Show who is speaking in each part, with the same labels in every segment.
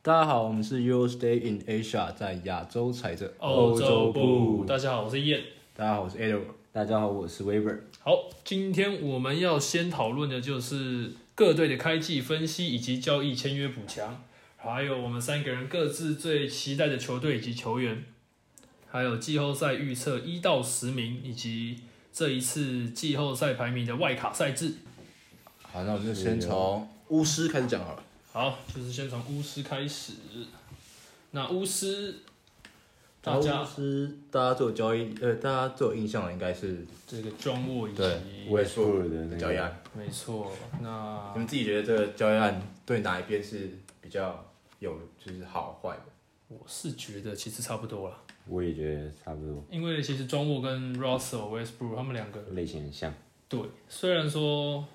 Speaker 1: 大家好，我们是 You Stay in Asia，在亚洲踩着
Speaker 2: 欧洲部，
Speaker 1: 步。
Speaker 2: 大家好，我是燕。
Speaker 1: 大家好，我是 Edward。
Speaker 3: 大家好，我是 Weber。
Speaker 2: 好，今天我们要先讨论的就是各队的开季分析以及交易签约补强，还有我们三个人各自最期待的球队以及球员，还有季后赛预测一到十名以及这一次季后赛排名的外卡赛制。
Speaker 1: 好，那我们就先
Speaker 3: 啊
Speaker 1: 从巫师开始讲好了。
Speaker 2: 好，就是先从巫师开始。那巫师，大家
Speaker 1: 巫师，大家最有交易，呃，大家最有印象的应该是
Speaker 2: 这个庄沃以及
Speaker 1: 对
Speaker 3: Westbrook 的那
Speaker 1: 交易
Speaker 3: 个，
Speaker 1: 案。
Speaker 2: 没错，那
Speaker 1: 你们自己觉得这个交易案对哪一边是比较有，就是好坏的？
Speaker 2: 我是觉得其实差不多了。
Speaker 3: 我也觉得差不多，
Speaker 2: 因为其实庄沃跟 Russell Westbrook 他们两个
Speaker 3: 类型很像。
Speaker 2: 对，虽然说，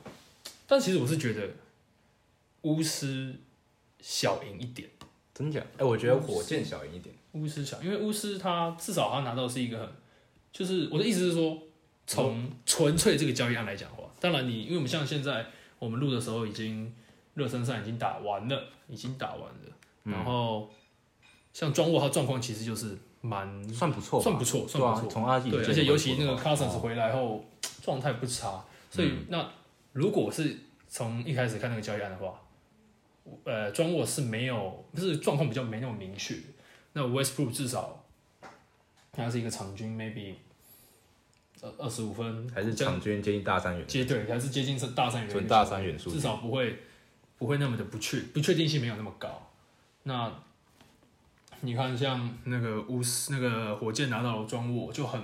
Speaker 2: 但其实我是觉得巫师小赢一点，
Speaker 1: 真假？哎，我觉得火箭小赢一点。
Speaker 2: 巫师小，因为巫师他至少他拿到是一个很，就是我的意思是说，从纯粹这个交易案来讲的话，当然你因为我们像现在我们录的时候已经热身赛已经打完了，已经打完了，
Speaker 1: 嗯
Speaker 2: 然后像庄沃他状况其实就是蛮
Speaker 3: 嗯
Speaker 1: 算不错吧，
Speaker 2: 算不错，算不错
Speaker 1: 对啊。从阿基
Speaker 2: 对，而且尤其那个 Cousins 回来后状态不差，所以那如果是从一开始看那个交易案的话，呃，庄沃是没有，就是状况比较没那么明确。那 Westbrook 至少他是一个场均 maybe 呃二十五分，
Speaker 1: 还是场均接近大三元，
Speaker 2: 接对，还是接近是大三元的
Speaker 1: 纯大三元数
Speaker 2: 至。少不会不会那么的不确不确定性没有那么高。那你看，像那个乌斯那个火箭拿到了庄沃就很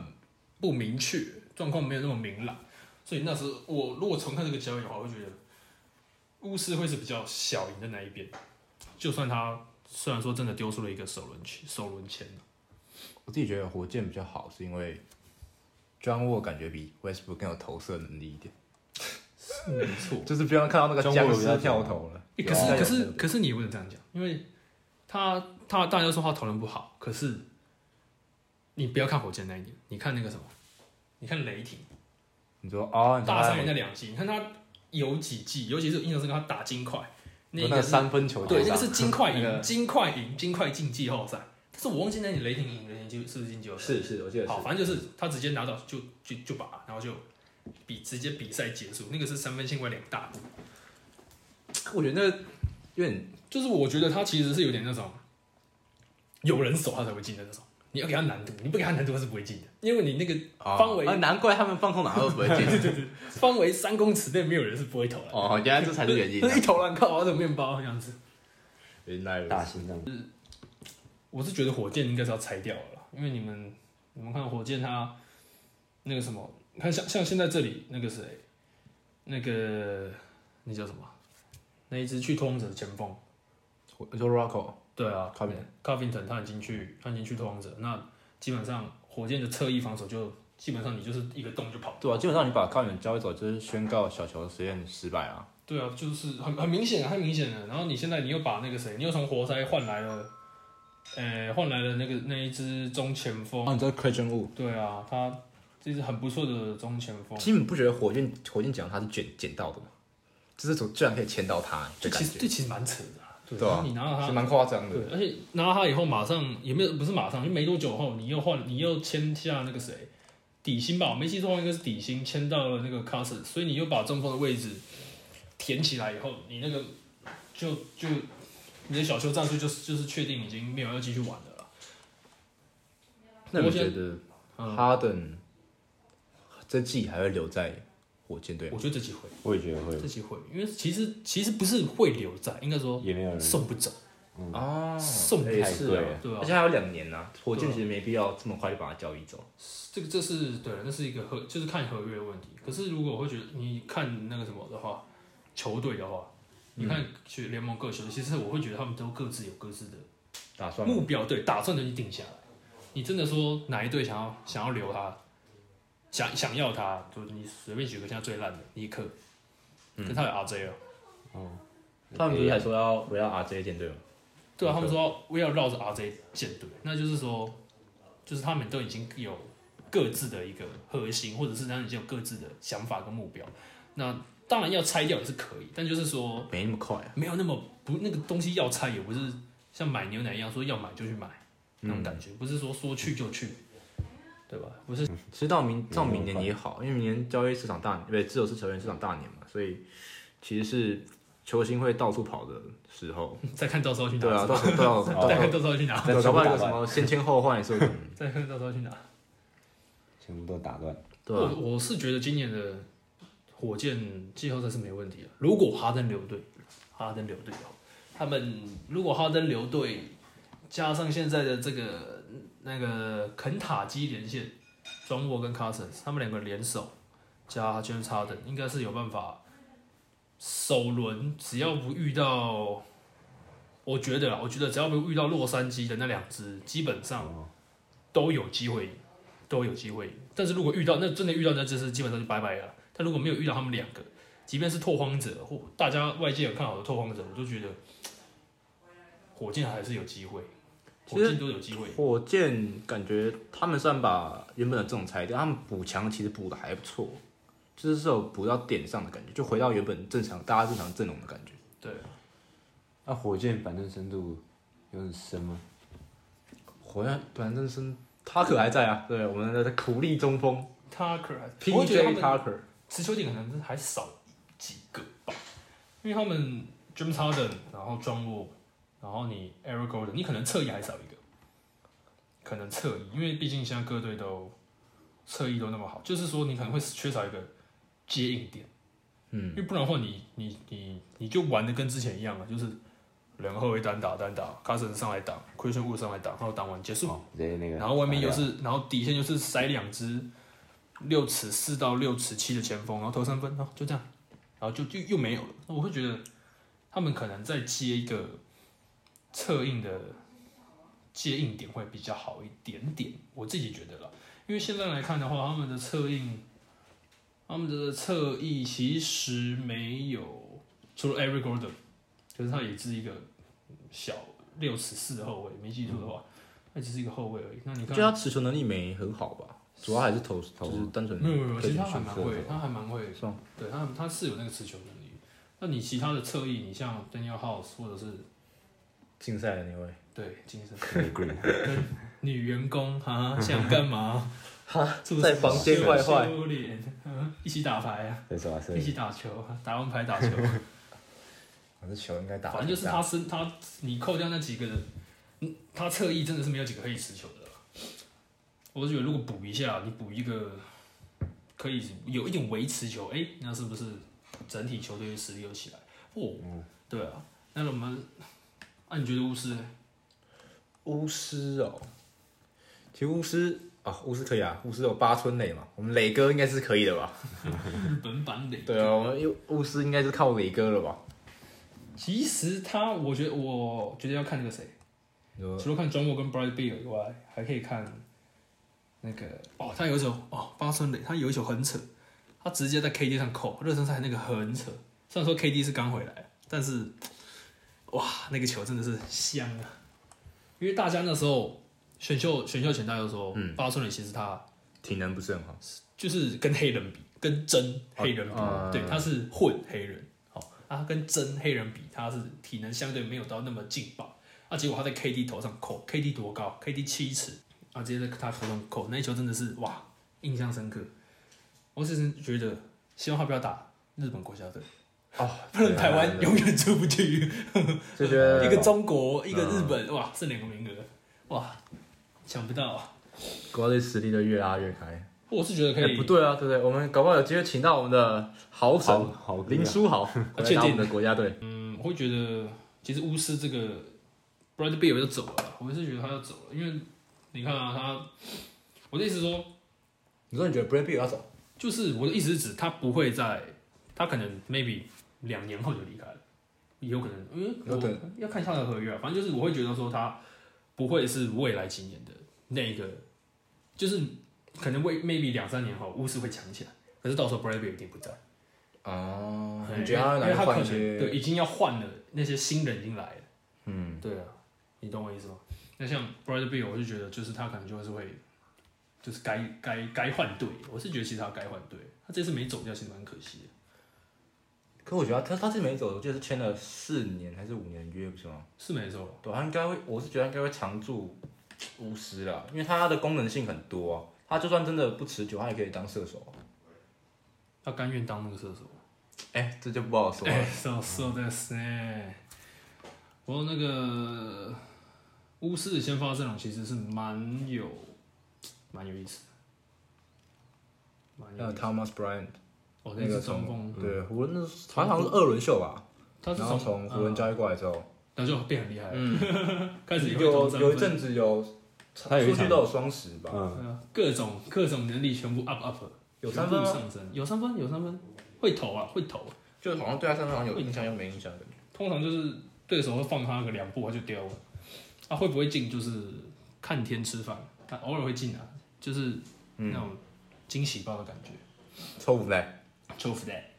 Speaker 2: 不明确，状况没有那么明朗，所以那时候我如果重看这个交易的话，我会觉得乌斯会是比较小赢的那一边，就算他虽然说真的丢出了一个首轮签首轮签啊
Speaker 1: 我自己觉得火箭比较好，是因为庄沃感觉比 Westbrook 更有投射能力一点，
Speaker 2: 是没错，
Speaker 1: 就是不要看到那个
Speaker 3: 庄沃
Speaker 1: 僵
Speaker 3: 比较
Speaker 1: 尸跳投了。
Speaker 2: 欸可是
Speaker 1: 有啊
Speaker 2: 可是可是你也不能这样讲，因为他他大家都说他投篮不好，可是你不要看火箭那一年，你看那个什么，你看雷霆
Speaker 1: 你说哦，你说
Speaker 2: 大
Speaker 1: 他
Speaker 2: 三元那两季，你看他有几季，尤其是印象深刻，他打金块那
Speaker 1: 有
Speaker 2: 一
Speaker 1: 那个
Speaker 2: 个是
Speaker 1: 三分球啊
Speaker 2: 对，那
Speaker 1: 那
Speaker 2: 个是金块
Speaker 1: 那个
Speaker 2: 赢，金块赢，金块进季后赛，但是我忘记那年雷霆赢，雷霆就是不是进季后赛？
Speaker 1: 是是，我记得
Speaker 2: 好，
Speaker 1: 是。
Speaker 2: 反正就是他直接拿到就就就把，然后就比直接比赛结束，那个是三分线外两大步。
Speaker 1: 我觉得那个有点
Speaker 2: 就是我觉得他其实是有点那种有人守他才会进的那种。你要给他难度，你不给他难度他是不会进的，因为你那个
Speaker 1: 哦
Speaker 2: 方 围
Speaker 1: 啊难怪他们放空哪都不会进。
Speaker 2: 方围三公尺内没有人是不会投篮。
Speaker 1: 哦，原来这才是原因 啊
Speaker 2: 一。啊投篮靠，我怎么面包这样子？
Speaker 1: 原来如
Speaker 3: 大
Speaker 1: 此。
Speaker 3: 心脏，
Speaker 2: 我是觉得火箭应该是要拆掉了啦，因为你们你们看火箭他那个什么，你看像像现在这里那个谁，那个那叫什么？那一只去拓荒者的前锋，
Speaker 1: 我你说 Rocco
Speaker 2: 对啊
Speaker 1: Covington
Speaker 2: ，Covington 他已经去，他已经去拓荒者，那基本上火箭的侧翼防守就基本上你就是一个洞就跑。
Speaker 1: 对啊，基本上你把高远交易走，就是宣告小球实验失败啊。
Speaker 2: 对啊，就是很很明显啊，很明显的。然后你现在你又把那个谁，你又从活塞换来了，呃，换来了那个那一只中前锋。
Speaker 1: 哦，你知道 Christian Wood，
Speaker 2: 对啊，他这是很不错的中前锋。
Speaker 1: 其实你不觉得火箭火箭讲他是捡捡到的吗？就是从居然可以签到他
Speaker 2: 这
Speaker 1: 的感
Speaker 2: 其实
Speaker 1: 觉，
Speaker 2: 这其实蛮扯的、啊，对
Speaker 1: 对啊
Speaker 2: 然后你拿到他
Speaker 1: 是，蛮夸张的。
Speaker 2: 对，而且拿到他以后，马上也没有不是马上，就没多久后，你又换，你又签下那个谁，底薪吧，我没记错，应该是底薪签到了那个 Cousins，所以你又把中锋的位置填起来以后，你那个就就你的小球战术就是就是确定已经没有要继续玩的了。
Speaker 1: 那你觉得
Speaker 2: 嗯，
Speaker 1: 哈登这季还会留在火箭队吗？
Speaker 2: 我觉得这机会，
Speaker 3: 我也觉得会，
Speaker 2: 这机会，因为其实其实不是会留在，应该说
Speaker 3: 也没有人
Speaker 2: 送不走，
Speaker 1: 哦，
Speaker 2: 送不
Speaker 1: 也
Speaker 2: 走，
Speaker 1: 是
Speaker 3: 对
Speaker 1: 啊，
Speaker 2: 对啊
Speaker 1: 而且还有两年呢、火箭其实没必要这么快就把他交易走。
Speaker 2: 这个这是对，那是一个合，就是看合约的问题。可是如果我会觉得你看那个什么的话，球队的话，你看去联盟各球队，其实我会觉得他们都各自有各自的
Speaker 1: 打算吗
Speaker 2: 目标，对，打算都已经定下来。你真的说哪一队想要想要留他，想想要他，就你随便举个现在最烂的尼克，跟他有 RJ 哦，
Speaker 1: 他们不是还说要围绕 RJ 舰队吗？
Speaker 2: 对
Speaker 1: 尼克
Speaker 2: 啊，他们说我要绕着 RJ 建队，那就是说，就是他们都已经有各自的一个核心，或者是他们已经有各自的想法跟目标。那当然要拆掉也是可以，但就是说
Speaker 1: 没那么快啊。
Speaker 2: 没有那么不那个东西要拆也不是像买牛奶一样，说要买就去买那种感觉，不是说说去就去，对吧？不是
Speaker 1: 其实到明到明年也好，因为明年交易市场大，不是自由市球员市场大年嘛，所以其实是球星会到处跑的时候。
Speaker 2: 再看到时候去
Speaker 1: 对
Speaker 2: 拿
Speaker 1: 啊，，到处 到处
Speaker 3: 哦
Speaker 2: 再
Speaker 1: 到
Speaker 2: 看
Speaker 1: 处，
Speaker 2: 到时候去拿，
Speaker 1: 对搞不好有个什么先签后换也是有可能。
Speaker 2: 再看到时候去拿。
Speaker 3: 全部都打乱。
Speaker 1: 对啊，
Speaker 2: 我我是觉得今年的火箭季后赛是没问题的。如果哈登留队，哈登留队的话，他们如果哈登留队，加上现在的这个那个肯塔基连线，庄沃跟 Cousins 他们两个联手加 James Harden，应该是有办法首轮只要不遇到，我觉得啦，我觉得只要不遇到洛杉矶的那两支，基本上都有机会赢都有机会赢。但是如果遇到那真的遇到那就是基本上就拜拜了。但如果没有遇到他们两个，即便是拓荒者或大家外界有看好的拓荒者，我就觉得嘖火箭还是有机会，
Speaker 1: 其
Speaker 2: 火
Speaker 1: 实
Speaker 2: 箭都有机会。
Speaker 1: 火箭感觉他们虽然把原本的阵容裁掉，他们补强其实补的还不错，就是是有补到点上的感觉，就回到原本正常大家正常阵容的感觉。
Speaker 2: 对，
Speaker 3: 那啊火箭板凳深度有很深吗？
Speaker 1: 火箭反正是塔可还在啊，对，我们的苦力中锋
Speaker 2: 他可还我会觉
Speaker 1: PJ
Speaker 2: 得他们
Speaker 1: Tucker，
Speaker 2: 持球点可能还少几个吧，因为他们 James Harden，然后 John Wall，然后你 Eric Gordon，你可能侧翼还少一个，可能侧翼，因为毕竟现在各队都侧翼都那么好，就是说你可能会缺少一个接应点。
Speaker 1: 嗯，
Speaker 2: 因为不然的话你，你你你就玩的跟之前一样了，就是两个后卫单打单打，卡森上来挡，亏损物上来挡，然后挡完结束。
Speaker 3: 哦，直接那个。
Speaker 2: 然后外面又是，然后底线又是塞两只六尺四到六尺七的前锋，然后投三分，然后就这样，然后就就又没有了。那我会觉得他们可能再接一个策应的接应点会比较好一点点，我自己觉得啦。因为现在来看的话，他们的策应，他们的侧翼其实没有，除了 Eric Gordon，就是他也是一个小六尺四的后卫，没记错的话。他只是一个后卫而已。那你
Speaker 1: 就
Speaker 2: 看，
Speaker 1: 他持球能力没很好吧，主要还是投，就是单纯
Speaker 2: 没有没有没有，
Speaker 1: 推
Speaker 2: 其
Speaker 1: 进
Speaker 2: 实
Speaker 1: 去
Speaker 2: 他还蛮会，他还蛮会，
Speaker 1: 是吗
Speaker 2: 对他他是有那个持球能力。那你其他的侧翼，你像 Daniel House 或者是
Speaker 1: 竞赛的那位，
Speaker 2: 对精神
Speaker 3: Green，
Speaker 2: 女员工啊，想干嘛？
Speaker 1: 哈
Speaker 2: 是不是
Speaker 1: 在房间坏坏
Speaker 2: 羞脸，嗯一起打牌啊，
Speaker 3: 再说啊，所
Speaker 2: 一
Speaker 3: 以
Speaker 2: 起打球 啊，打完牌打球，
Speaker 1: 反正球应该打得
Speaker 2: 反正就是
Speaker 1: 很
Speaker 2: 他
Speaker 1: 大，
Speaker 2: 身他，你扣掉那几个人，嗯他侧翼真的是没有几个可以持球的了。我觉得如果补一下，你补一个可以有一点维持球，哎、那是不是整体球队的实力又起来？哦，对啊，那我们，啊，你觉得巫师呢？
Speaker 1: 巫师哦，其实巫师啊，巫师可以啊，巫师有八村垒嘛，我们磊哥应该是可以的吧？
Speaker 2: 日本版 的？
Speaker 1: 对啊，我们又巫师应该是靠磊哥了吧？
Speaker 2: 其实他，我觉得我觉得要看那个谁，
Speaker 1: 你说
Speaker 2: 除了看 John Wall 跟 Brad Beal 以外，还可以看那个哦，他有一首哦，八村垒，他有一首很扯，他直接在 KD 上扣，热身赛那个很扯。虽然说 KD 是刚回来，但是哇，那个球真的是香啊！因为大家那时候选秀选秀前，大家都说，八村垒其实他
Speaker 1: 体能不是很好，
Speaker 2: 就是跟黑人比，跟真黑人比，
Speaker 1: 啊
Speaker 2: 对，他是混黑人，好、啊，跟真黑人比，他是体能相对没有到那么劲爆，啊，结果他在 KD 头上扣，KD 多高？KD 七尺，啊，直接在他头上扣，那一球真的是哇，印象深刻。我只是觉得，希望他不要打日本国家队，
Speaker 1: 哦，
Speaker 2: 不然台湾永远出不去。
Speaker 1: 就觉得 嗯
Speaker 2: 一个中国，一个日本，哇，这两个名额，哇，想不到、啊，
Speaker 1: 国家队实力就越拉越开。
Speaker 2: 我是觉得可
Speaker 1: 哎，
Speaker 2: 以
Speaker 1: 不，对啊，对不对？我们搞不好有机会请到我们的豪
Speaker 3: 好
Speaker 1: 神
Speaker 3: 好哥啊
Speaker 1: 林书 豪来
Speaker 2: 确定
Speaker 1: 打我们的国家队。
Speaker 2: 嗯，我会觉得其实巫师这个 Brad Beal 就走了啦，我是觉得他要走了，因为你看啊，他我的意思说，
Speaker 1: 你说你觉得 Brad b i 要走？
Speaker 2: 就是我的意思是指他不会在，他可能 maybe 两年后就离开了，也有可能，嗯，
Speaker 1: 有可
Speaker 2: 我要看他的合约啊，反正就是我会觉得说他不会是未来几年的那个，就是可能未 maybe 两三年后巫师会强起来，可是到时候 Brad Beal 一定不在。
Speaker 1: 哦，
Speaker 2: 对
Speaker 1: 你觉得他会
Speaker 2: 嗯因
Speaker 1: 拿
Speaker 2: 为
Speaker 1: 去
Speaker 2: 他可
Speaker 1: 换一
Speaker 2: 能
Speaker 1: 些？
Speaker 2: 对已经要换了，那些新人已经来了。嗯，对啊，你懂我意思吗？那像 Brad b i l l 我就觉得就是他可能就是会，就是该该该换队。我是觉得其实他该换队，他这次没走掉，其实蛮可惜的。
Speaker 1: 可我觉得他他是没走，我记得是签了四年还是五年约，不是吗？
Speaker 2: 是没错。
Speaker 1: 对，啊他应该会，我是觉得他应该会常驻巫师啦，因为他的功能性很多、啊，他就算真的不持久，他也可以当射手啊。
Speaker 2: 他甘愿当那个射手。
Speaker 1: 哎、这就不好说啊了。
Speaker 2: 哎，そうそうですね。不过那个巫师的先发阵容其实是蛮有蛮有意思的，蛮
Speaker 1: 还
Speaker 2: 有
Speaker 1: 有
Speaker 2: 意思。
Speaker 1: Thomas Bryant，
Speaker 2: 哦，那
Speaker 1: 呃那个
Speaker 2: 是中锋，
Speaker 1: 对，湖人那是好像是二轮秀吧，
Speaker 2: 他是
Speaker 1: 然后从湖人
Speaker 2: 嗯
Speaker 1: 交易过来之后，
Speaker 2: 那就变很厉害了，
Speaker 1: 嗯，
Speaker 2: 开始也会投
Speaker 1: 有
Speaker 2: 三
Speaker 1: 有一
Speaker 2: 分
Speaker 1: 阵子有，
Speaker 3: 他有一
Speaker 1: 数
Speaker 3: 场
Speaker 1: 据都有双十吧，
Speaker 3: 嗯，
Speaker 2: 对啊各种各种能力全部 up up，
Speaker 1: 有三分
Speaker 2: 全
Speaker 1: 吗
Speaker 2: 部上升，有三分有三分，会投啊会投，
Speaker 1: 就好像对他三分好像有印象又没印象的。
Speaker 2: 通常就是对手会放他个两步他就丢了，啊会不会进就是看天吃饭，啊偶尔会进啊，就是
Speaker 1: 嗯
Speaker 2: 那种惊喜包的感觉。
Speaker 1: 抽福袋。
Speaker 2: 抽福袋，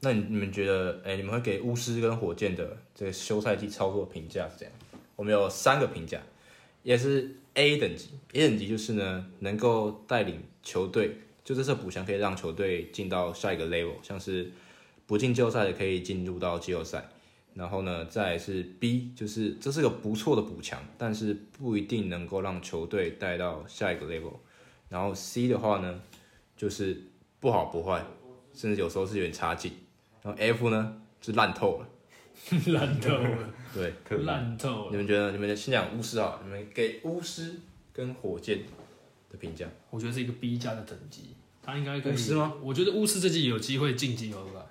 Speaker 1: 那你你们觉得，哎、你们会给巫师跟火箭的这个休赛季操作评价是怎样？我们有三个评价，也是 A 等级。A 等级就是呢，能够带领球队，就这次补强可以让球队进到下一个 level，像是不进季后赛也可以进入到季后赛。然后呢，再来是 B，就是这是个不错的补强，但是不一定能够让球队带到下一个 level。然后 C 的话呢，就是不好不坏，甚至有时候是有点差劲。然后 F 呢是烂透了。
Speaker 2: 烂透 了，
Speaker 1: 对，
Speaker 3: 可能
Speaker 2: 烂透
Speaker 1: 你
Speaker 2: 了。
Speaker 1: 们觉得？你们先讲巫师啊，你们给巫师跟火箭的评价，
Speaker 2: 我觉得是一个 B 加的等级，他应该可以。
Speaker 1: 巫师吗？
Speaker 2: 我觉得巫师这季有机会晋级欧了，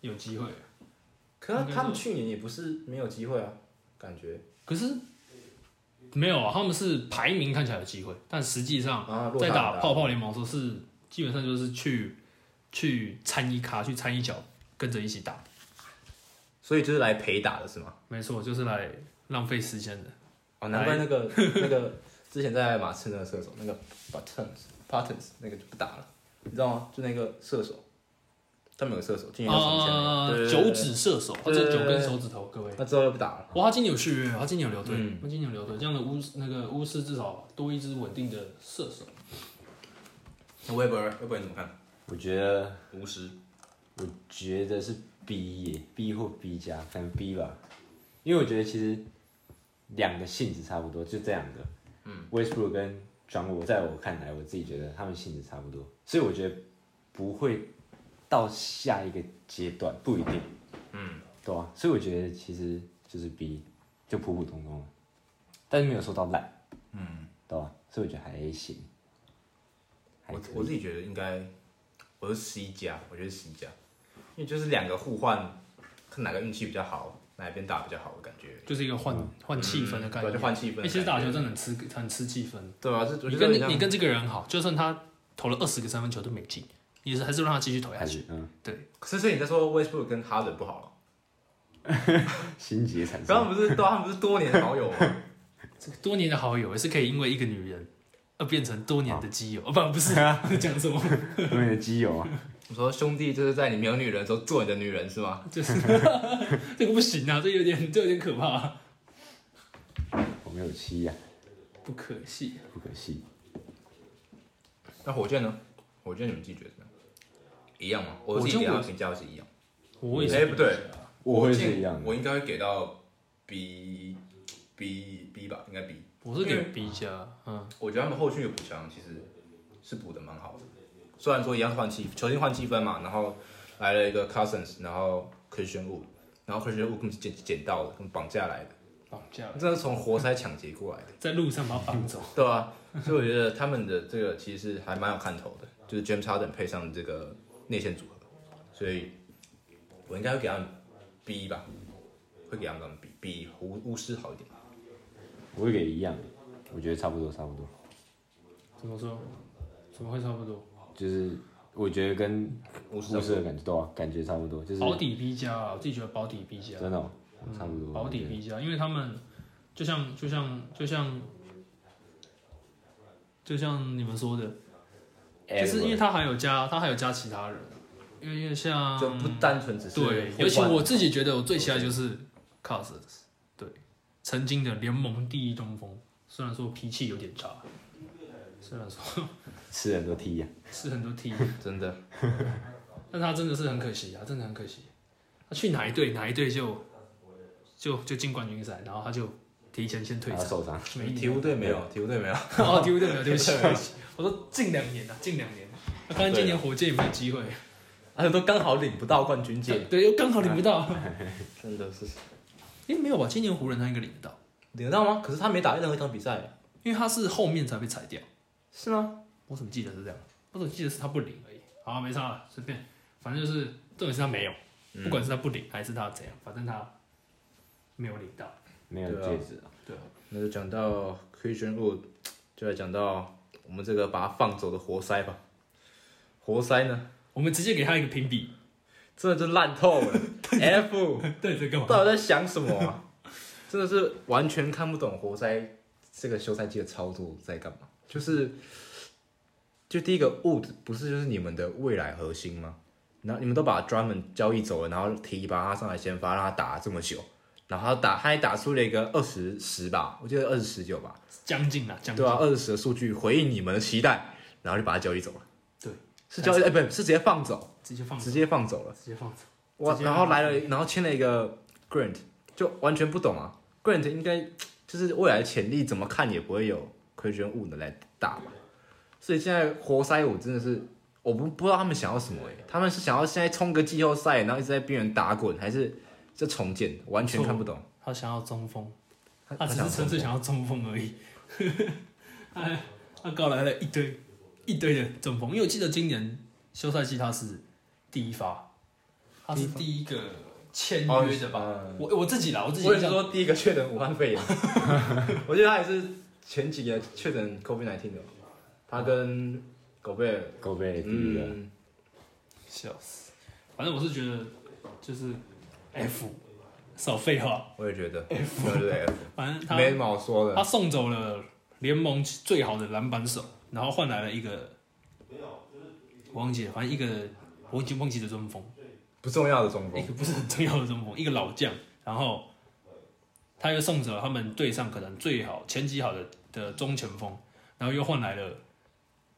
Speaker 2: 有机会。
Speaker 1: 可是他们去年也不是没有机会啊，感觉
Speaker 2: 可是没有啊，他们是排名看起来有机会，但实际上
Speaker 1: 啊，落
Speaker 2: 在
Speaker 1: 差
Speaker 2: 打
Speaker 1: 很大
Speaker 2: 泡泡联盟的时候是基本上就是去去参一咖，去参一脚，跟着一起打。
Speaker 1: 所以就是来陪打的是吗？
Speaker 2: 没错，就是来浪费时间的。
Speaker 1: 哦，难怪那个 那个之前在马刺那个射手，那个 Buttons Buttons 那个就不打了，你知道吗？就那个射手，他们有个射手，今年要上签那
Speaker 2: 啊
Speaker 1: 个，对，
Speaker 2: 九，指射手，他
Speaker 1: 对对
Speaker 2: 这
Speaker 1: 对
Speaker 2: 九根手指头，各位
Speaker 1: 对对。那之后就不打了。
Speaker 2: 哇，他今年有续约，他今年有留队，
Speaker 1: 嗯
Speaker 2: 他今年有留队，这样的巫师那个巫师至少多一支稳定的射手。
Speaker 1: 那 Weber Weber 你怎么看？
Speaker 3: 我觉得
Speaker 1: 巫师
Speaker 3: 我觉得是 B 耶，B 或 B 加，可能 B 吧，因为我觉得其实两个性质差不多，就这两个，嗯，Westbrook 跟转我，在我看来，我自己觉得他们性质差不多，所以我觉得不会到下一个阶段，不一定，嗯，对啊，所以我觉得其实就是 B，就普普通通了，但是没有说到烂，嗯，对吧？所以我觉得还行，还
Speaker 1: 我
Speaker 3: 可以
Speaker 1: 我自己觉得应该，我是 C 加，我觉得 C 加，因为就是两个互换，看哪个运气比较好，哪一边打比较好的感觉。嗯
Speaker 2: 就是一个换换气氛的
Speaker 1: 对
Speaker 2: 概念，
Speaker 1: 就换气氛的
Speaker 2: 欸其实打
Speaker 1: 感觉
Speaker 2: 球真的很吃很吃气氛。
Speaker 1: 对啊，这我
Speaker 2: 你
Speaker 1: 觉得
Speaker 2: 跟
Speaker 1: 很像
Speaker 2: 你跟这个人好，就算他投了二十个三分球都没进，你是还是让他继续投下
Speaker 3: 还
Speaker 2: 去。
Speaker 3: 是嗯，
Speaker 1: 可是所以你在说 Westbrook 跟哈登不好了？
Speaker 3: 心结产
Speaker 1: 刚
Speaker 3: 生，
Speaker 1: 刚不是对啊，他们不是多年好友吗？
Speaker 2: 这个多年的好友也是可以因为一个女人而变成多年的基友，哦不 不是讲什么，
Speaker 3: 我们的基友啊。
Speaker 1: 我说兄弟就是在你没有女人的时候做你的女人是吗？
Speaker 2: 就是这个不行啊，这有点这有点可怕，
Speaker 3: 我没有七呀、
Speaker 2: 不可惜。
Speaker 3: 不可惜。
Speaker 1: 那火箭呢？火箭你们自己觉得怎么样？一样吗？我
Speaker 2: 火
Speaker 1: 自
Speaker 2: 箭
Speaker 1: 己给他
Speaker 2: 我
Speaker 1: 评价是一样。
Speaker 2: 我也是
Speaker 1: 哎不对
Speaker 3: 我会
Speaker 1: 火
Speaker 3: 是
Speaker 1: 箭
Speaker 3: 一样的，
Speaker 1: 我应该会给到 B B B 吧，应该 B。
Speaker 2: 我是给 B 加，嗯，
Speaker 1: 我觉得他们后续的补强其实是补的蛮好的，虽然说一样是换气，球星换气氛嘛，然后来了一个 Cousins，然后 Christian Wood，然后 Christian Wood 根本是捡捡到的，跟绑架来的，
Speaker 2: 绑架了，
Speaker 1: 真的是从活塞抢劫过来的，
Speaker 2: 在路上把他绑走。
Speaker 1: 对啊， 所以我觉得他们的这个其实还蛮有看头的，就是 James Harden 配上这个内线组合，所以我应该会给他们 B 吧，会给他们 B，比胡巫师好一点。
Speaker 3: 我会给一样的，我觉得差不多，差不多。
Speaker 2: 怎么说？怎么会差不多？
Speaker 3: 就是我觉得跟
Speaker 1: 巫师
Speaker 3: 故事的感觉对啊，感觉差不多，就是
Speaker 2: 保底 B 加啊，我自己觉得保底 B 加，
Speaker 3: 真的哦、差不多。
Speaker 2: 保底
Speaker 3: 我觉得
Speaker 2: B 加，因为他们就像就像就像就像你们说的，就是因为他还有加他还有加其他人，因为因为像
Speaker 1: 就不单纯只是
Speaker 2: 对，
Speaker 1: 互
Speaker 2: 尤其
Speaker 1: 换
Speaker 2: 我自己觉得我最期待就是 Cousins，对，曾经的联盟第一中锋，虽然说脾气有点渣，虽然说
Speaker 3: 吃很多 T 呀、
Speaker 2: 是很多 T，
Speaker 1: 真的
Speaker 2: 但他真的是很可惜啊，真的很可惜。他去哪一队哪一队就就就进冠军赛，然后他就提前先退
Speaker 3: 然后
Speaker 2: 场。
Speaker 3: 受伤，
Speaker 2: 每一
Speaker 1: 鹈鹕
Speaker 2: 年
Speaker 1: 队没有，鹈鹕队没有。
Speaker 2: 哦，鹈鹕队没有，对不起，对不起。我说近两年啊，近两年，那看今年火箭有没有机会？
Speaker 1: 而且都刚好领不到冠军戒指，
Speaker 2: 对，又刚好领不到。
Speaker 1: 真的是
Speaker 2: 诶，没有吧？今年湖人他应该领得到，
Speaker 1: 领得到吗？可是他没打任何一场比赛，
Speaker 2: 因为他是后面才被裁掉。
Speaker 1: 是吗？
Speaker 2: 我怎么记得是这样？我怎么记得是他不领而已？好，没差了，随便，反正就是重点是他没有，
Speaker 1: 嗯
Speaker 2: 不管是他不领还是他怎样，反正他没有领到。
Speaker 3: 没有
Speaker 1: 对啊
Speaker 3: 戒指啊，
Speaker 2: 对啊，
Speaker 1: 那就讲到 Christian Wood，就来讲到我们这个把他放走的活塞吧。活塞呢，
Speaker 2: 我们直接给他一个评比。
Speaker 1: 真的就烂透 了。F
Speaker 2: 对，这干 嘛？
Speaker 1: 到底在想什么啊？ 真的是完全看不懂活塞这个休赛季的操作在干嘛。就是，就第一个 Wood 不是就是你们的未来核心吗？然后你们都把专门交易走了，然后提拔他上来先发，让他打这么久，然后他打他还打出了一个二十十吧，我记得二十十九吧，
Speaker 2: 将近了，将近。
Speaker 1: 对啊，二十十的数据回应你们的期待，然后就把他交易走了。
Speaker 2: 对，
Speaker 1: 是交易哎，不是是直接放走，
Speaker 2: 直接放走，
Speaker 1: 直接放走了。
Speaker 2: 直接放走。
Speaker 1: 哇
Speaker 2: 直，接
Speaker 1: 然后来了，然后签了一个 Grant，就完全不懂啊。Grant 应该就是未来潜力怎么看也不会有 Christian Wood 的来打嘛。所以现在活塞我真的是我不不知道他们想要什么诶、他们是想要现在冲个季后赛，然后一直在边缘打滚，还是这重建？完全看不懂。
Speaker 2: 他想要中锋，
Speaker 1: 他
Speaker 2: 他只是纯粹想要中锋而已。 他他搞来了一堆一堆的中锋，因为我记得今年休赛季他是第一发，他是第一个签约的吧？
Speaker 1: 吧
Speaker 2: 我我自己啦，我自己
Speaker 1: 我也
Speaker 2: 印
Speaker 1: 是
Speaker 2: 象
Speaker 1: 说第一个确诊武汉 肺炎，我觉得他也是前几个确诊 COVID 1 9的，他跟狗贝尔，
Speaker 3: 狗贝第一个，
Speaker 1: 嗯，
Speaker 2: 笑死。反正我是觉得就是 F 少废话，
Speaker 1: 我也觉得，对对对。
Speaker 2: 反正他
Speaker 1: 没什么好说的。
Speaker 2: 他送走了联盟最好的篮板手，然后换来了一个，我忘记了，反正一个我已经忘记了中锋，
Speaker 1: 不重要的中
Speaker 2: 一
Speaker 1: 锋，
Speaker 2: 个不是很重要的中 锋，一个老将，然后他又送走了他们队上可能最好前几好的的中前锋，然后又换来了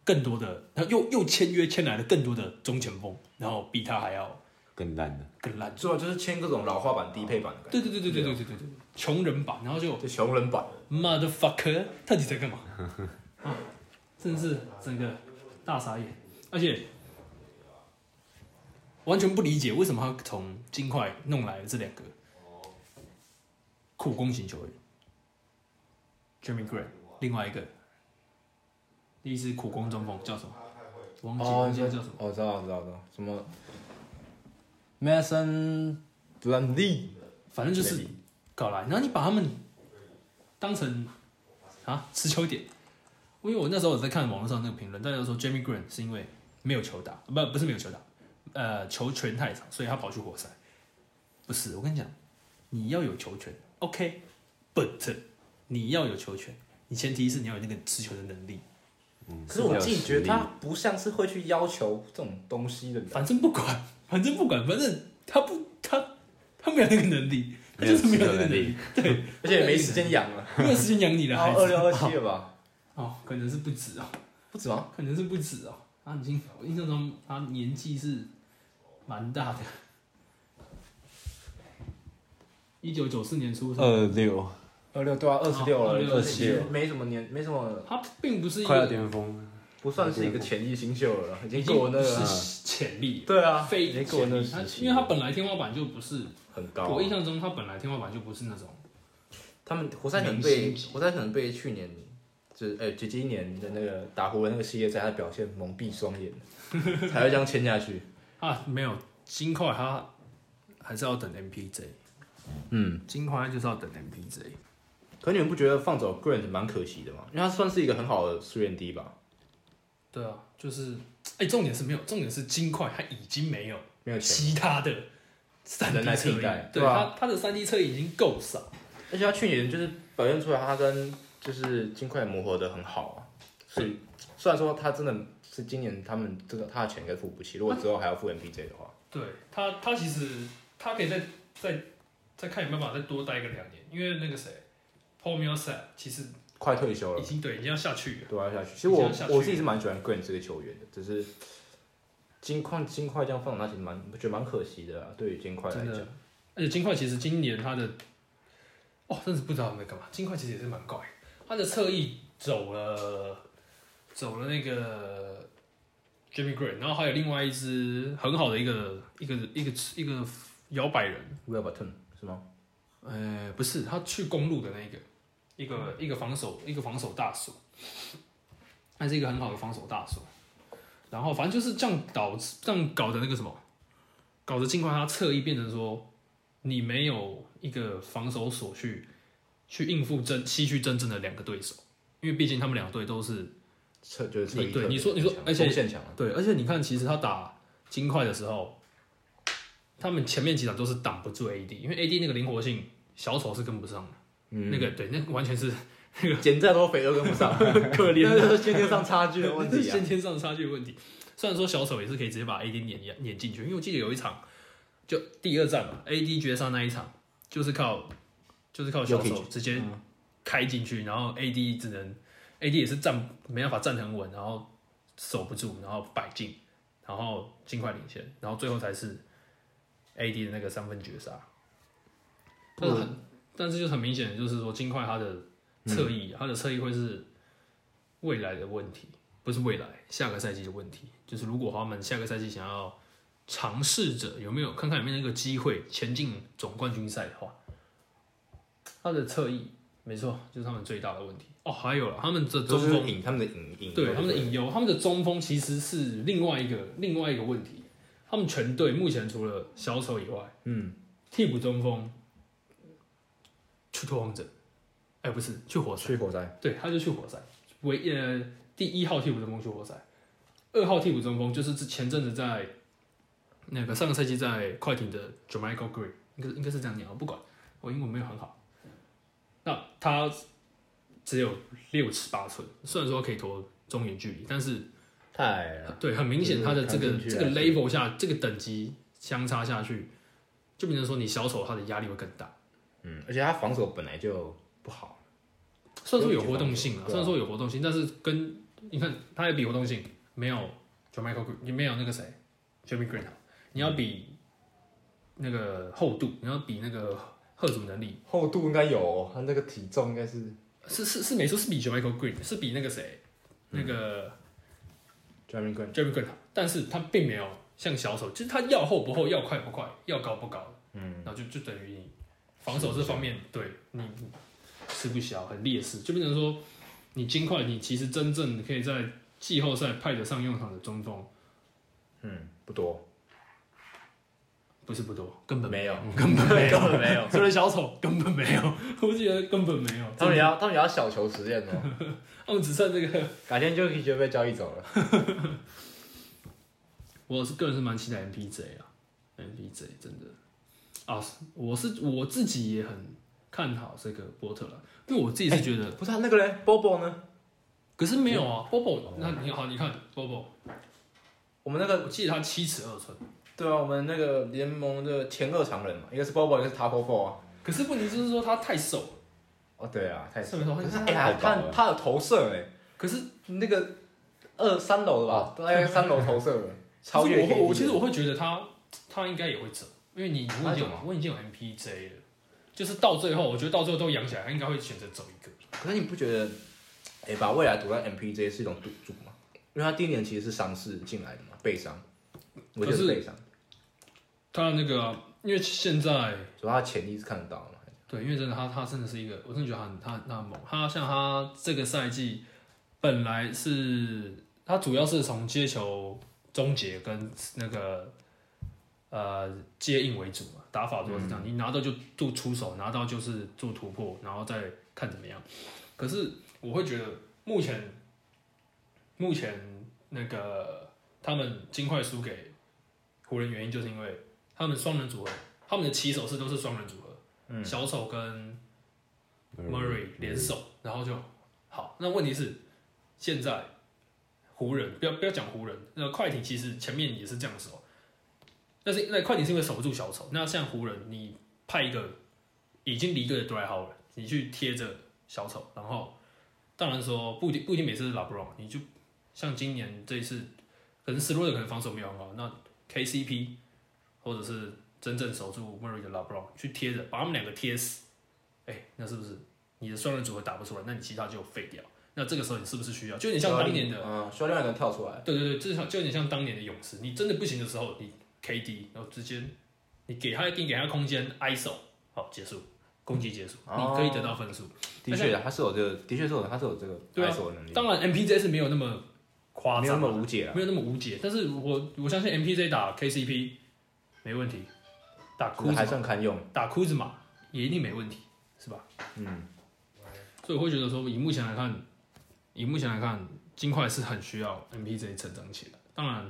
Speaker 2: 更多的，然后又又签约签来了更多的中前锋，然后比他还要
Speaker 3: 更烂的，
Speaker 2: 更烂。
Speaker 1: 主要就是签各种老化版、低配版的感
Speaker 2: 对对对对对对对对对，穷人版，然后就
Speaker 1: 觉，就穷人版。
Speaker 2: motherfucker，到底在干嘛？啊，真的是整个大傻眼，而且完全不理解为什么他从金块弄来的这两个苦攻型球员，Jeremy Grant，另外一个，第一支苦攻中锋叫什么？忘记了忘记了叫什么？
Speaker 1: 哦，知道知道知道，什么 Mason Blandy，
Speaker 2: 反正就是搞来，然后你把他们当成啊持球点，因为我那时候我在看网络上那个评论，大家都说 Jamie Green 是因为没有球打，不不是没有球打，呃球权太少，所以他跑去活塞。不是，我跟你讲，你要有球权，OK，but、你要有球权，你前提是你要有那个持球的能力，
Speaker 3: 嗯
Speaker 1: 可是我自己觉得
Speaker 3: 比较有实力
Speaker 1: 他不像是会去要求这种东西的人。
Speaker 2: 反正不管，反正不管，反正他不他他没有那个能力，他
Speaker 3: 没有
Speaker 2: 就是没有那
Speaker 3: 持球
Speaker 2: 个能
Speaker 3: 能
Speaker 2: 力
Speaker 3: 力，
Speaker 2: 对，
Speaker 1: 而且也没时间养啊了，
Speaker 2: 没有时间养你的
Speaker 1: 然
Speaker 2: 孩
Speaker 1: 后二六
Speaker 2: 子。
Speaker 1: 二七了吧？
Speaker 2: 哦，可能是不止哦。
Speaker 1: 不止吗？
Speaker 2: 可能是不止哦，他已经我印象中他年纪是蛮大的，一九九四年出
Speaker 1: 呃
Speaker 2: 生，
Speaker 3: 二六
Speaker 1: 二六对啊，二十六了，
Speaker 2: 26
Speaker 1: 其实没什么年，没什么，
Speaker 2: 他并不是一
Speaker 3: 快要
Speaker 2: 个
Speaker 3: 巅峰，
Speaker 1: 不算是一个潜力新秀了，已
Speaker 2: 已
Speaker 1: 经
Speaker 2: 经
Speaker 1: 过那
Speaker 2: 不
Speaker 1: 个啊
Speaker 2: 是潜力，
Speaker 1: 对啊，
Speaker 2: 非
Speaker 1: 已经过
Speaker 2: 潜
Speaker 1: 那个
Speaker 2: 力，
Speaker 1: 时
Speaker 2: 他
Speaker 1: 期
Speaker 2: 因为他本来天花板就不是，
Speaker 1: 很高啊。
Speaker 2: 我印象中他本来天花板就不是那种，
Speaker 1: 他们活塞可能
Speaker 2: 明
Speaker 1: 被
Speaker 2: 星级
Speaker 1: 活塞可能被去年就是哎，就今年的那个打湖人那个系列赛，他的表现蒙蔽双眼， 才会这样签下去。
Speaker 2: 啊，没有金块他还是要等 MPJ，
Speaker 1: 嗯，
Speaker 2: 金块就是要等 MPJ，
Speaker 1: 可你们不觉得放走 Grant 蛮可惜的吗？因为他算是一个很好的苏联 D 吧，
Speaker 2: 对啊，就是哎、重点是没有，重点是金块他已经没有。
Speaker 1: 没有钱，
Speaker 2: 其他的三 D
Speaker 1: 人来
Speaker 2: 测
Speaker 1: 替
Speaker 2: 影
Speaker 1: 代，
Speaker 2: 对
Speaker 1: 对啊
Speaker 2: 他他的三 D 测影已经够少，
Speaker 1: 而且他去年就是表现出来，他跟就是金块磨合的很好啊，所以虽然说他真的是今年他们这个他的钱应该付不起，如果之后还要付 MPJ 的话，
Speaker 2: 对他他其实他可以再再再看有没有办法再多待个两年，因为那个谁 Paul Millsap 其实
Speaker 1: 快退休了
Speaker 2: 已。经对已经要下去了，
Speaker 1: 对啊，下去。其实我
Speaker 2: 下去
Speaker 1: 我自己是蛮喜欢 Grant 这个球员的，只是金块金块这样放，那其实蛮我觉得蛮可惜的啊。对于金块来
Speaker 2: 真
Speaker 1: 讲
Speaker 2: 的，。而且金块其实今年他的，哦，真是不知道他们在干嘛。金块其实也是蛮怪的，他的侧翼走了，走了那个 Jimmy Green，然后还有另外一只很好的一个一个一个一个摇摆人，
Speaker 1: Will Barton 是吗？
Speaker 2: 呃，不是，他去公路的那个，一个一个防守一个防守大手，他是一个很好的防守大手。然后反正就是这样搞这样搞的那个什么，搞得尽快他侧翼变成说，你没有一个防守所去去应付真西区真正的两个对手，因为毕竟他们两队都是
Speaker 1: 侧就是侧翼
Speaker 2: 你对
Speaker 1: 特别
Speaker 2: 你说你说
Speaker 1: 强
Speaker 2: 而且
Speaker 1: 锋线强啊，
Speaker 2: 对，而且你看，其实他打金块的时候，他们前面几场都是挡不住 AD，因为 AD 那个灵活性，小丑是跟不上的。嗯，那个对，那完全是
Speaker 1: 减再多肥都跟不 上，
Speaker 2: 可怜
Speaker 1: 那是先天上差距的问
Speaker 2: 是
Speaker 1: 题啊
Speaker 2: 先。天上差距的问题。虽然说小丑也是可以直接把 AD 碾压碾进去，因为我记得有一场就第二战嘛，AD 绝杀那一场就是靠就是靠小
Speaker 1: Jokic
Speaker 2: 手
Speaker 1: 嗯
Speaker 2: 直接开进去，然后 AD 只能 AD 也是站没办法站很稳，然后守不住，然后摆进，然后尽快领先，然后最后才是 AD 的那个三分绝杀。但是很，
Speaker 1: 嗯
Speaker 2: 但是就很明显，就是说金块它的侧翼，它的侧翼会是未来的问题，不是未来下个赛季的问题。就是如果他们下个赛季想要尝试着有没有看看有没有那个机会前进总冠军赛的话，他的侧翼没错，就是他们最大的问题。哦，还有了，他们这
Speaker 1: 就
Speaker 2: 中
Speaker 1: 是
Speaker 2: 锋
Speaker 1: 引他们的引引，
Speaker 2: 对他们的隐忧，他们的中锋其实是另外一个另外一个问题。他们全队目前除了小丑以外，嗯，替补中锋去拓荒者，哎，不是去活塞，
Speaker 1: 去火灾，
Speaker 2: 对，他就去活塞，唯呃第一号替补中锋去活塞，二号替补中锋就是之前阵子在那个上个赛季在快艇的 j a m i c a Green，应该应该是这样念，我不管，我英文没有很好。那他只有六尺八寸，虽然说可以投中远距离，但是
Speaker 1: 太矮了。
Speaker 2: 对，很明显他的这个
Speaker 1: 就是看进去
Speaker 2: 这个
Speaker 1: 还是
Speaker 2: level 下，这个等级相差下去，就变成说你小丑他的压力会更大。
Speaker 1: 嗯，而且他防守本来就不好，
Speaker 2: 虽然说有活动性啊，
Speaker 1: 对啊
Speaker 2: 虽然说有活动性，但是跟你看，他也比活动性没有 j a m i c a Green，也没有那个谁 Jeremy Green 好。你要比那个厚度，你要比那个贺主能力，
Speaker 1: 厚度应该有哦、他那个体重应该是
Speaker 2: 是是是没错，是比 j a m i c a Green，是比那个谁那个
Speaker 1: Jeremy Green，
Speaker 2: Jeremy Green 好，但是他并没有像小丑，就是他要厚不厚，要快不快，要高不高，嗯，然后就就等于你防守这方面对你你吃不消，很劣势，就变成说你金块，你其实真正可以在季后赛派得上用场的中锋
Speaker 1: 嗯，不多，
Speaker 2: 不是不多，根本
Speaker 1: 没有
Speaker 2: 嗯 根本没有，
Speaker 1: 本 没有，
Speaker 2: 除了小丑根本没有，我觉得根本没有，
Speaker 1: 他们也要他们也要小球实验哦，
Speaker 2: 他们只剩这个，
Speaker 1: 改天就可以就被交易走了。
Speaker 2: 我是个人是蛮期待 MPJ 啊，MPJ 真的啊，我是我自己也很看好这个波特了，因为我自己是觉得，
Speaker 1: 不是啊他那个嘞，Bobo 呢？
Speaker 2: 可是没有啊，Bobo，那
Speaker 1: 哦
Speaker 2: 你好，你看 Bobo，
Speaker 1: 我们那个
Speaker 2: 我记得他七尺二寸，
Speaker 1: 对啊，我们那个联盟的前二常人嘛，一个是 Bobo，一个是 Tapo Four 啊。
Speaker 2: 可是问题就是说他太瘦了，
Speaker 1: 哦，对啊，太
Speaker 2: 是没错
Speaker 1: 可是
Speaker 2: 他
Speaker 1: 哎呀，
Speaker 3: 太
Speaker 1: 他
Speaker 3: 高了
Speaker 1: 他有投射哎、
Speaker 2: 可是
Speaker 1: 那个二三楼的吧，大概三楼投 射了，超越
Speaker 2: 可是我
Speaker 1: KD
Speaker 2: 会我其实
Speaker 1: 了
Speaker 2: 我会觉得他他应该也会走，因为你我已
Speaker 1: 他走
Speaker 2: 经有
Speaker 1: 吗
Speaker 2: 我已经有 MPJ 了，就是到最后我觉得到最后都养起来，他应该会选择走一个。
Speaker 1: 可是你不觉得，哎、把未来赌在 MPJ 是一种赌注吗？因为他第一年其实是伤势进来的嘛，背伤，我觉得
Speaker 2: 可是
Speaker 1: 是背伤，
Speaker 2: 他那个啊，因为现在
Speaker 1: 所以他潜力是看得到的嘛。
Speaker 2: 对，因为真的他他真的是一个，我真的觉得他很他他很猛。他像他这个赛季本来是他主要是从接球终结跟那个呃接应为主嘛，打法主要是这样，你拿到就做出手，拿到就是做突破，然后再看怎么样。可是我会觉得目前目前那个他们金块输给湖人原因就是因为他们双人组合，他们的起手式都是双人组合。小丑跟 Murray 联手，然后就好。那问题是，现在湖人不要不要讲湖人，那快艇其实前面也是这样守，但是那快艇是因为守不住小丑，那像湖人你派一个已经离队的 d r y h o w a r 你去贴着小丑，然后当然说不一定不一定每次是 LeBron，你就像今年这一次可能 s c r o 可能防守没有很好，那 KCP 或者是真正守住 Murray 的 LeBron 去贴着，把他们两个贴死，哎、那是不是你的双人组合打不出来？那你其他就废掉。那这个时候你是不是需要，就有点像当年的，
Speaker 1: 嗯，需要另外一个人跳出来，
Speaker 2: 对对对，至少就有点像当年的勇士，你真的不行的时候，你 KD 然后直接你给他你给他空间 ISO，好结束，攻击结束，
Speaker 1: 哦
Speaker 2: 你可以得到分数。
Speaker 1: 的确，他是有这个，的确是有，他是有这个
Speaker 2: 对啊
Speaker 1: 爱手的能力，
Speaker 2: 当然 MPJ 是没有那么夸
Speaker 1: 没有
Speaker 2: 张
Speaker 1: 那么
Speaker 2: 啊，
Speaker 1: 无解啊。
Speaker 2: 没有那么无解，但是我我相信 MPJ 打 KCP 没问题，打
Speaker 1: 可
Speaker 2: 库
Speaker 1: 是还
Speaker 2: 兹
Speaker 1: 算堪用，
Speaker 2: 打库兹马也一定没问题，是吧？
Speaker 1: 嗯，
Speaker 2: 所以我会觉得说，以目前来看，以目前来看，金块是很需要 MPJ 成长起来。当然，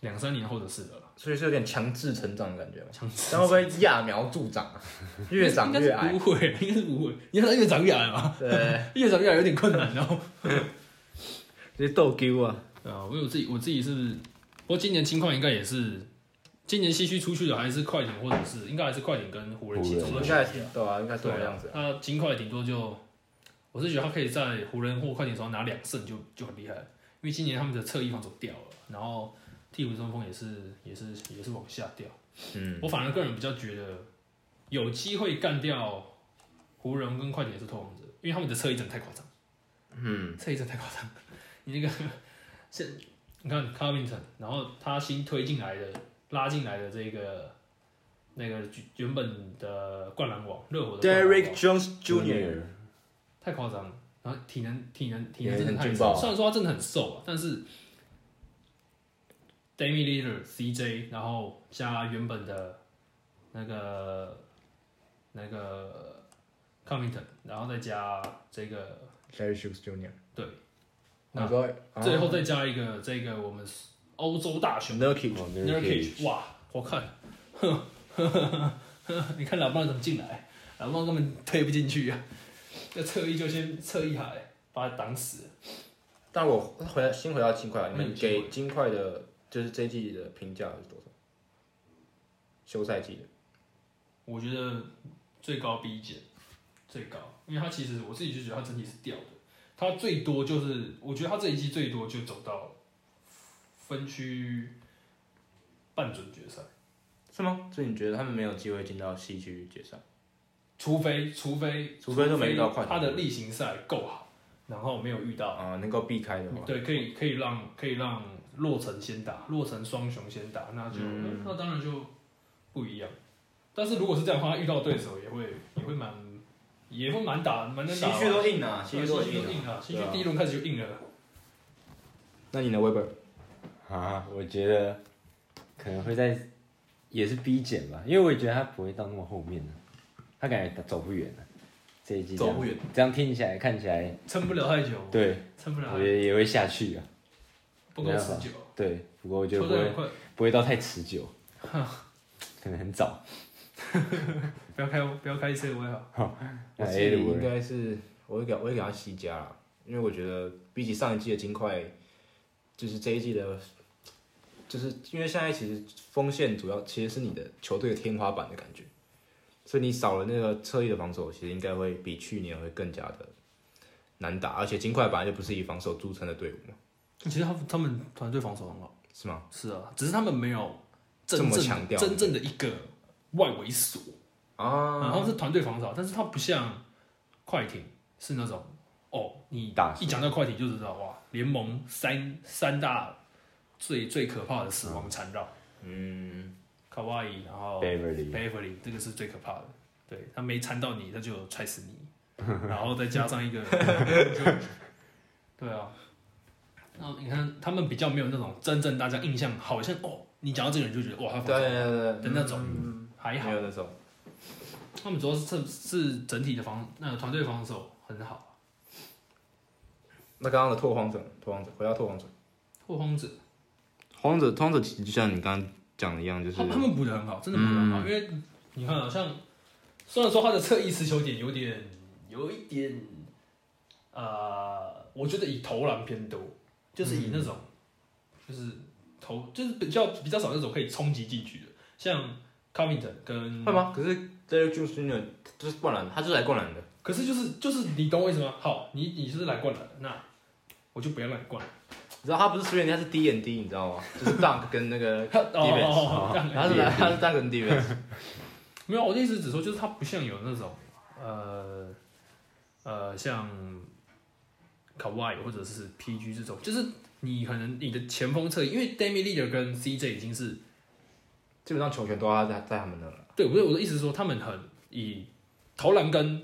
Speaker 2: 两三年后的事了啦，
Speaker 1: 所以是有点强制成长的感觉嘛。
Speaker 2: 强制
Speaker 1: 但会不会揠苗助长 啊？越长越矮
Speaker 2: 应该是不，会，应该是不会。你看他越长越矮嘛，
Speaker 1: 对，
Speaker 2: 越长越矮有点困难，哦然后。
Speaker 1: 这些逗丢啊。
Speaker 2: 对 啊，我有自己，我自己是，不过今年情况应该也是，今年西区出去的还是快艇，或者是应该还是快艇跟湖人一起
Speaker 3: 湖
Speaker 2: 冲
Speaker 3: 人
Speaker 2: 到
Speaker 1: 应
Speaker 2: 西
Speaker 1: 该
Speaker 2: 区啊。
Speaker 1: 对啊，应该是这
Speaker 2: 对
Speaker 1: 种
Speaker 2: 啊
Speaker 1: 样子啊。
Speaker 2: 那金块顶多就，我是觉得他可以在湖人或快艇手上拿两胜就就很厉害了，因为今年他们的侧翼防守掉了，然后替补中锋也是也是也是往下掉。
Speaker 1: 嗯，
Speaker 2: 我反而个人比较觉得有机会干掉湖人跟快艇也是拓王者，因为他们的侧翼真的太夸张。嗯，侧翼真的太夸张。你那个 是，你看 Covington，然后他新推进来的、拉进来的这个那个原本的灌篮王，
Speaker 1: 啊
Speaker 2: 热火的灌篮王
Speaker 1: Derek Jones Jr.
Speaker 2: 太夸张了。然后体能、体能、体能
Speaker 1: 也
Speaker 2: 真的
Speaker 1: 很
Speaker 2: 太
Speaker 1: 劲爆
Speaker 2: 差。
Speaker 1: 啊
Speaker 2: 虽然说他真的很瘦啊，但是 d a m i l i l l a r CJ，然后加原本的那个那个 Covington，然后再加这个
Speaker 1: Derek Jones Jr.
Speaker 2: 对，那
Speaker 1: 你说啊
Speaker 2: 最后再加一个这个我们欧洲大熊
Speaker 1: n u r k i
Speaker 3: 哦
Speaker 2: n u r k i 哇，我看， 你看老棒怎么进来，老棒根本推不进去啊，那侧翼就先侧翼海把他挡死了。
Speaker 1: 但我回来先回到金块，你们
Speaker 2: 嗯金块
Speaker 1: 给金块的，就是这一季的评价是多少？休赛季的，
Speaker 2: 我觉得最高 B 减最高，因为他其实我自己就觉得他整体是掉的，他最多就是我觉得他这一季最多就走到分区半准决赛，
Speaker 1: 是吗？所以你觉得他们没有机会进到西区决赛？
Speaker 2: 除非除非
Speaker 1: 除非都没遇到快艇
Speaker 2: 他的例行赛够好，然后没有遇到，
Speaker 1: 啊、能够避开的话，
Speaker 2: 对，可以可以让可以让洛城先打，洛城双雄先打，那就、
Speaker 1: 嗯
Speaker 2: 那当然就不一样。但是如果是这样的话，他遇到对手也会也会蛮也会蛮打蛮能打
Speaker 1: 西
Speaker 2: 的吧。
Speaker 1: 区都硬啊，
Speaker 2: 西
Speaker 1: 西
Speaker 2: 区
Speaker 1: 区
Speaker 2: 都
Speaker 1: 都
Speaker 2: 硬
Speaker 1: 硬
Speaker 2: 了，
Speaker 1: 啊，
Speaker 2: 西区第一轮开始就硬了。
Speaker 1: 那你呢，Weber？
Speaker 3: 啊，我觉得可能会在也是 B 减吧，因为我也觉得他不会到那么后面呢、啊他感觉走不远了、这一季这样
Speaker 1: 走不远，
Speaker 3: 这样听起来看起
Speaker 1: 哎
Speaker 3: 来，
Speaker 2: 撑不了太久，
Speaker 3: 对，
Speaker 2: 撑不了太
Speaker 3: 我觉
Speaker 2: 久，
Speaker 3: 得也会下去啊。
Speaker 2: 不够持久，
Speaker 3: 对，不过我觉得
Speaker 2: 球
Speaker 3: 不
Speaker 2: 队
Speaker 3: 会
Speaker 2: 很快，
Speaker 3: 不会到太持久，可能很早。
Speaker 2: 不要开不要开 C 我也好，
Speaker 1: 我
Speaker 3: 那
Speaker 1: 自己
Speaker 3: A 的我
Speaker 1: 应该是，我会给我会给他西加啦，因为我觉得比起上一季的金块，就是这一季的，就是因为现在其实锋线主要其实是你的球队的天花板的感觉，所以你少了那个侧翼的防守，其实应该会比去年会更加的难打，而且金块本来就不是以防守著称的队伍嘛，
Speaker 2: 其实他他们团队防守很好，
Speaker 1: 是吗？
Speaker 2: 是啊，只是他们没有真
Speaker 1: 这么
Speaker 2: 正
Speaker 1: 强
Speaker 2: 的
Speaker 1: 调
Speaker 2: 真正的一个外围锁，
Speaker 1: 啊，
Speaker 2: 然后是团队防守，但是他不像快艇是那种哦，你
Speaker 3: 大
Speaker 2: 一讲到快艇就知道哇，联盟三三大最最可怕的死亡缠绕，
Speaker 1: 嗯，
Speaker 2: 卡哇伊，然后
Speaker 3: Beverly
Speaker 2: Beverly 这个是最可怕的，对他没缠到你，他就踹死你，然后再加上一个，就对啊，然后你看他们比较没有那种真正大家印象，好像哦，你讲到这个人就觉得哇，他
Speaker 1: 对
Speaker 2: 防守
Speaker 1: 对对
Speaker 2: 的
Speaker 1: 对，
Speaker 2: 那种，还好
Speaker 1: 没，有那种，
Speaker 2: 他们主要是是是整体的防那个团队防守很好，
Speaker 1: 那刚刚的拓荒者，拓荒者，回到拓荒者，
Speaker 2: 拓荒者
Speaker 1: 拓荒者，拓荒者其实就像你刚刚讲的一样，就是嗯
Speaker 2: 他他们补的很好，真的补的很好，因为你看好像虽然说他的侧翼持球点有点有一点，呃，我觉得以投篮偏多，就是以
Speaker 1: 嗯
Speaker 2: 那种、就是投就是比较比较少那种可以冲击进去的，像 Covington 跟
Speaker 1: 会嗯吗？可是 Derek Jones Jr. 就是灌篮，他就是来灌篮的。
Speaker 2: 可是就是就是你懂我意思吗？好，你你是来灌篮的，那我就不要让你灌篮，
Speaker 1: 知道他不是 three and D，他是 D and D，你知道吗？ 就是 dunk 跟那 个
Speaker 2: 他哦哦
Speaker 1: defense，
Speaker 2: 哦，这样
Speaker 1: 他是他是 dunk 跟 defense，
Speaker 2: 没有，我的意思只说就是它不像有那种呃呃像卡哇伊或者是 PG 这种，就是你可能你的前锋侧翼，因为 Demi l e a d e r 跟 CJ 已经是
Speaker 1: 基本上球权都要在在他们那了。
Speaker 2: 对，我的我的意思是说他们很以投篮跟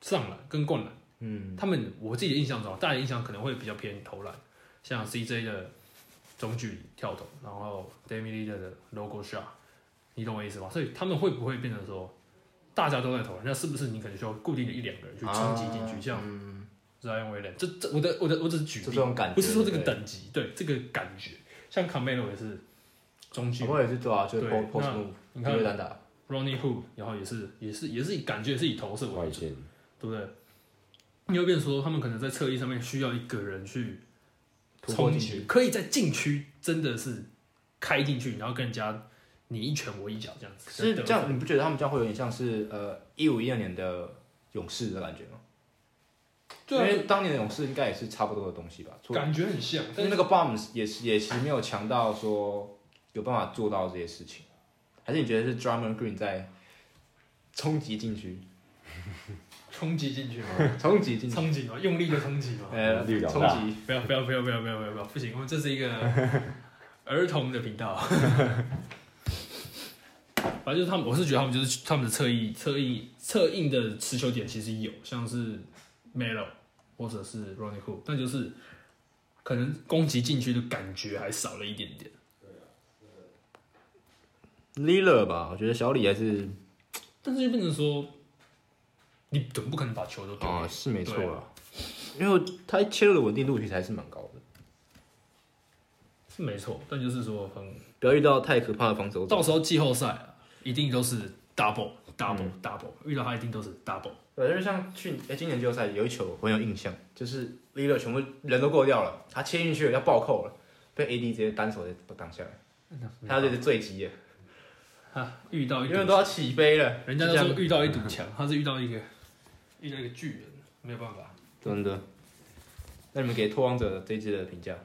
Speaker 2: 上篮跟灌篮，
Speaker 1: 嗯，
Speaker 2: 他们我自己的印象中，大家的印象可能会比较偏投篮，像 CJ 的中距离跳投，然后 Demi l e a d e r 的 logo shot，你懂我意思吗？所以他们会不会变成说，大家都在投篮，那是不是你可能需要固定的一两个人去冲击进去，像 Zion Williams？这这我的我的我只是举
Speaker 1: 啊嗯就这
Speaker 2: 例，
Speaker 1: 种感觉，
Speaker 2: 不是说这个
Speaker 1: 对
Speaker 2: 等级，对这个感觉，像 Camelo 也是中距
Speaker 1: 不对，我也是对啊，就是
Speaker 2: 对
Speaker 1: post
Speaker 2: 那
Speaker 1: post move，
Speaker 2: 你看
Speaker 1: 一对单打，
Speaker 2: Ronnie Hood，然后也是也是也是以感觉是以投射为
Speaker 3: 外
Speaker 2: 主。
Speaker 3: 线
Speaker 2: 对不对？你会变成说，他们可能在侧翼上面需要一个人去
Speaker 1: 突破
Speaker 2: 冲
Speaker 1: 进
Speaker 2: 击
Speaker 1: 去，
Speaker 2: 可以在禁区真的是开进去，然后跟人家你一拳我一脚这样子。啊
Speaker 1: 可是
Speaker 2: 得
Speaker 1: 这样，你不觉得他们这样会有点像是呃一五一二年的勇士的感觉吗？
Speaker 2: 对
Speaker 1: 因
Speaker 2: 啊
Speaker 1: 为当年的勇士应该也是差不多的东西吧，除
Speaker 2: 感觉很像，
Speaker 1: 因
Speaker 2: 但
Speaker 1: 为
Speaker 2: 是
Speaker 1: 那个 Bombs 也是也其实没有强到说有办法做到这些事情，还是你觉得是 Drummond Green 在冲击禁 区，
Speaker 2: 冲击进去嘛，
Speaker 1: 冲击进区，
Speaker 2: 冲击嘛，用力的冲击嘛。
Speaker 1: 呃，
Speaker 3: 绿岛
Speaker 1: 冲
Speaker 3: 大
Speaker 1: 击，
Speaker 2: 不要不要不要不要不要不要不要，不行，我们这是一个儿童的频道。反正就是他们，我是觉得他们就是他们的侧翼、侧翼、侧应的持球点其实有，像是 Melo 或者是 Ronnie Hood，但就是可能攻击禁区的感觉还少了一点点。
Speaker 1: l i l a 吧，我觉得小李还是
Speaker 2: 但是就变成说，你总不可能把球都丢给
Speaker 1: 啊、是没错
Speaker 2: 对
Speaker 1: 啦，因为他切入的稳定度其实还是蛮高的，
Speaker 2: 是没错，但就是说很
Speaker 1: 不要遇到太可怕的防守者。
Speaker 2: 到时候季后赛啊一定都是 double double、double，遇到他一定都是 double。
Speaker 1: 对，就是像去哎、今年季后赛有一球我很有印象，就是 l i l a 全部人都过掉了，他切进去了要暴扣了，被 AD 直接单手给挡下来，他就是最急了，
Speaker 2: 啊，遇到一
Speaker 1: 因为
Speaker 2: 堵
Speaker 1: 都要起飞了，
Speaker 2: 人家
Speaker 1: 就
Speaker 2: 都
Speaker 1: 这样
Speaker 2: 说遇到一堵墙，他是遇到一个遇到一个巨人，没有办法。
Speaker 1: 真的。那你们给拓荒者这一季的评价？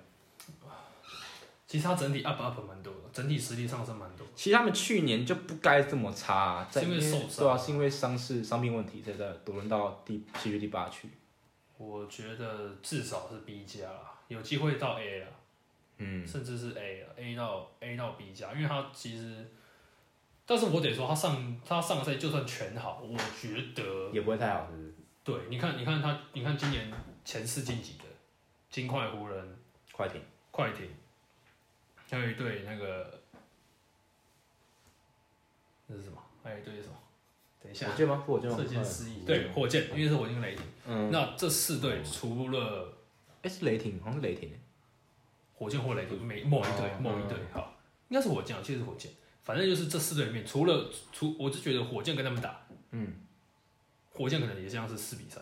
Speaker 2: 其实他整体 up up 蛮多的，整体实力上升蛮多。
Speaker 1: 其实他们去年就不该这么差、啊，在
Speaker 2: 是因为受伤
Speaker 1: 对啊，是因为伤势伤病问题，在这多轮到第西区第八区。
Speaker 2: 我觉得至少是 B 加啦，有机会到 A 啦，
Speaker 1: 嗯，
Speaker 2: 甚至是 A 啦，A 到 A 到 B 加，因为他其实，但是我得说他上他上个赛季就算全好，我觉得
Speaker 1: 也不会太好，是不是？
Speaker 2: 对，你看你看他，你看今年前四晋级的金块、湖人、
Speaker 1: 快艇
Speaker 2: 快艇，还有一队那个，那是什么？还有一队是什么？等一下
Speaker 1: 火，箭吗？火箭吗
Speaker 2: 射？箭失
Speaker 3: 快
Speaker 2: 忆。
Speaker 3: 艇
Speaker 2: 对，火箭，因为是火箭跟雷霆。
Speaker 1: 嗯，
Speaker 2: 那这四队除了
Speaker 1: 哎是雷霆，好像是雷霆欸。
Speaker 2: 火箭或雷霆，每某一队
Speaker 1: 哦，
Speaker 2: 某一队，好，应该是火箭啊，其实是火箭。反正就是这四队里面，除了除，我就觉得火箭跟他们打，
Speaker 1: 嗯，
Speaker 2: 火箭可能也像是四比三。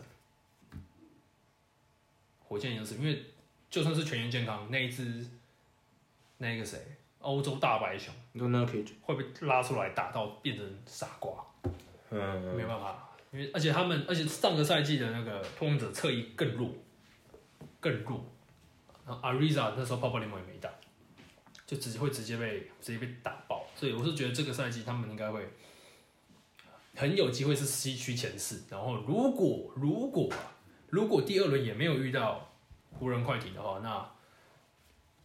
Speaker 2: 火箭也是，因为就算是全员健康，那一支那个谁，欧洲大白熊。
Speaker 1: 你说 n u r k i c
Speaker 2: 会被拉出来打到变成傻瓜，
Speaker 1: 嗯，
Speaker 2: 没有办法，因为而且他们，而且上个赛季的那个拓荒者侧翼更弱，更弱。然后 Ariza 那时候泡泡联盟也没打，就直接会直接被直接被打爆，所以我是觉得这个赛季他们应该会很有机会是西区前四。然后如果如果啊如果第二轮也没有遇到湖人快艇的话，那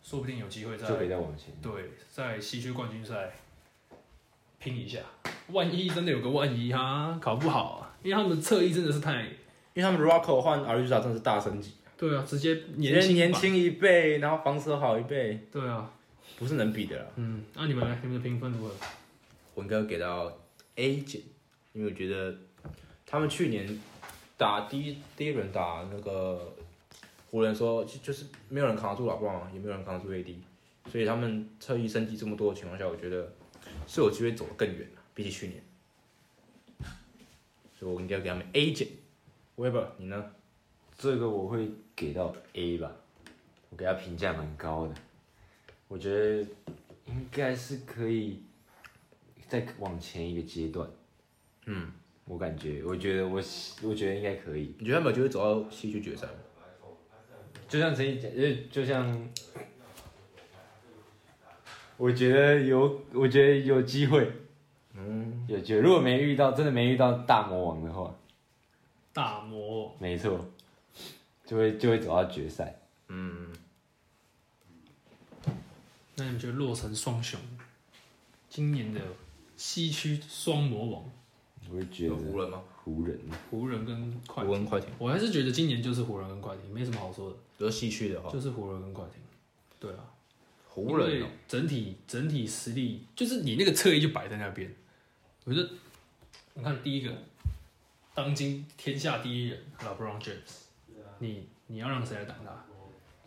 Speaker 2: 说不定有机会在
Speaker 3: 就可以再往前。
Speaker 2: 对，在西区冠军赛拼一下，万一真的有个万一哈，搞不好、啊，因为他们的侧翼真的是太……
Speaker 1: 因为他们 Rocco 换 Ariza 真的是大升级，
Speaker 2: 对啊，直接年
Speaker 1: 年
Speaker 2: 轻
Speaker 1: 年
Speaker 2: 版，
Speaker 1: 轻一倍，然后防守好一倍，
Speaker 2: 对啊，
Speaker 1: 不是能比的啦。
Speaker 2: 嗯，那、你们呢？你们的评分如何？
Speaker 1: 我应该给到 A 减，因为我觉得他们去年打第一第一轮打那个湖人说，就就是没有人扛得住老布朗，也没有人扛得住 AD，所以他们侧翼升级这么多的情况下，我觉得是有机会走得更远的，比起去年。所以我应该给他们 A 减。Weber，你呢？
Speaker 3: 这个我会给到 A 吧，我给他评价蛮高的，我觉得应该是可以再往前一个阶段。
Speaker 1: 嗯，
Speaker 3: 我感觉，我觉得我喜我觉得应该可以，
Speaker 1: 你觉得他们有机会走到西区决赛吗？
Speaker 3: 就像陈毅讲，就就像，我觉得有，我觉得有机会，嗯，有机会。如果没遇到，真的没遇到大魔王的话，
Speaker 2: 大魔
Speaker 3: 没错，就会就会走到决赛。
Speaker 2: 那你们觉得洛城双雄今年的西区双魔王
Speaker 3: 我会觉
Speaker 1: 有
Speaker 3: 得
Speaker 1: 湖人吗？
Speaker 3: 湖人
Speaker 2: 湖人跟快
Speaker 1: 湖
Speaker 2: 艇，
Speaker 1: 人快艇，
Speaker 2: 我还是觉得今年就是湖人跟快艇，没什么好说的，
Speaker 1: 如果西区的话，
Speaker 2: 就是湖人跟快艇。对啊，
Speaker 1: 湖人
Speaker 2: 因
Speaker 1: 哦
Speaker 2: 为整体整体实力就是你那个侧翼就摆在那边，我觉得你看第一个，当今天下第一人 LeBron James，你
Speaker 1: 啊
Speaker 2: 你要让谁来挡他？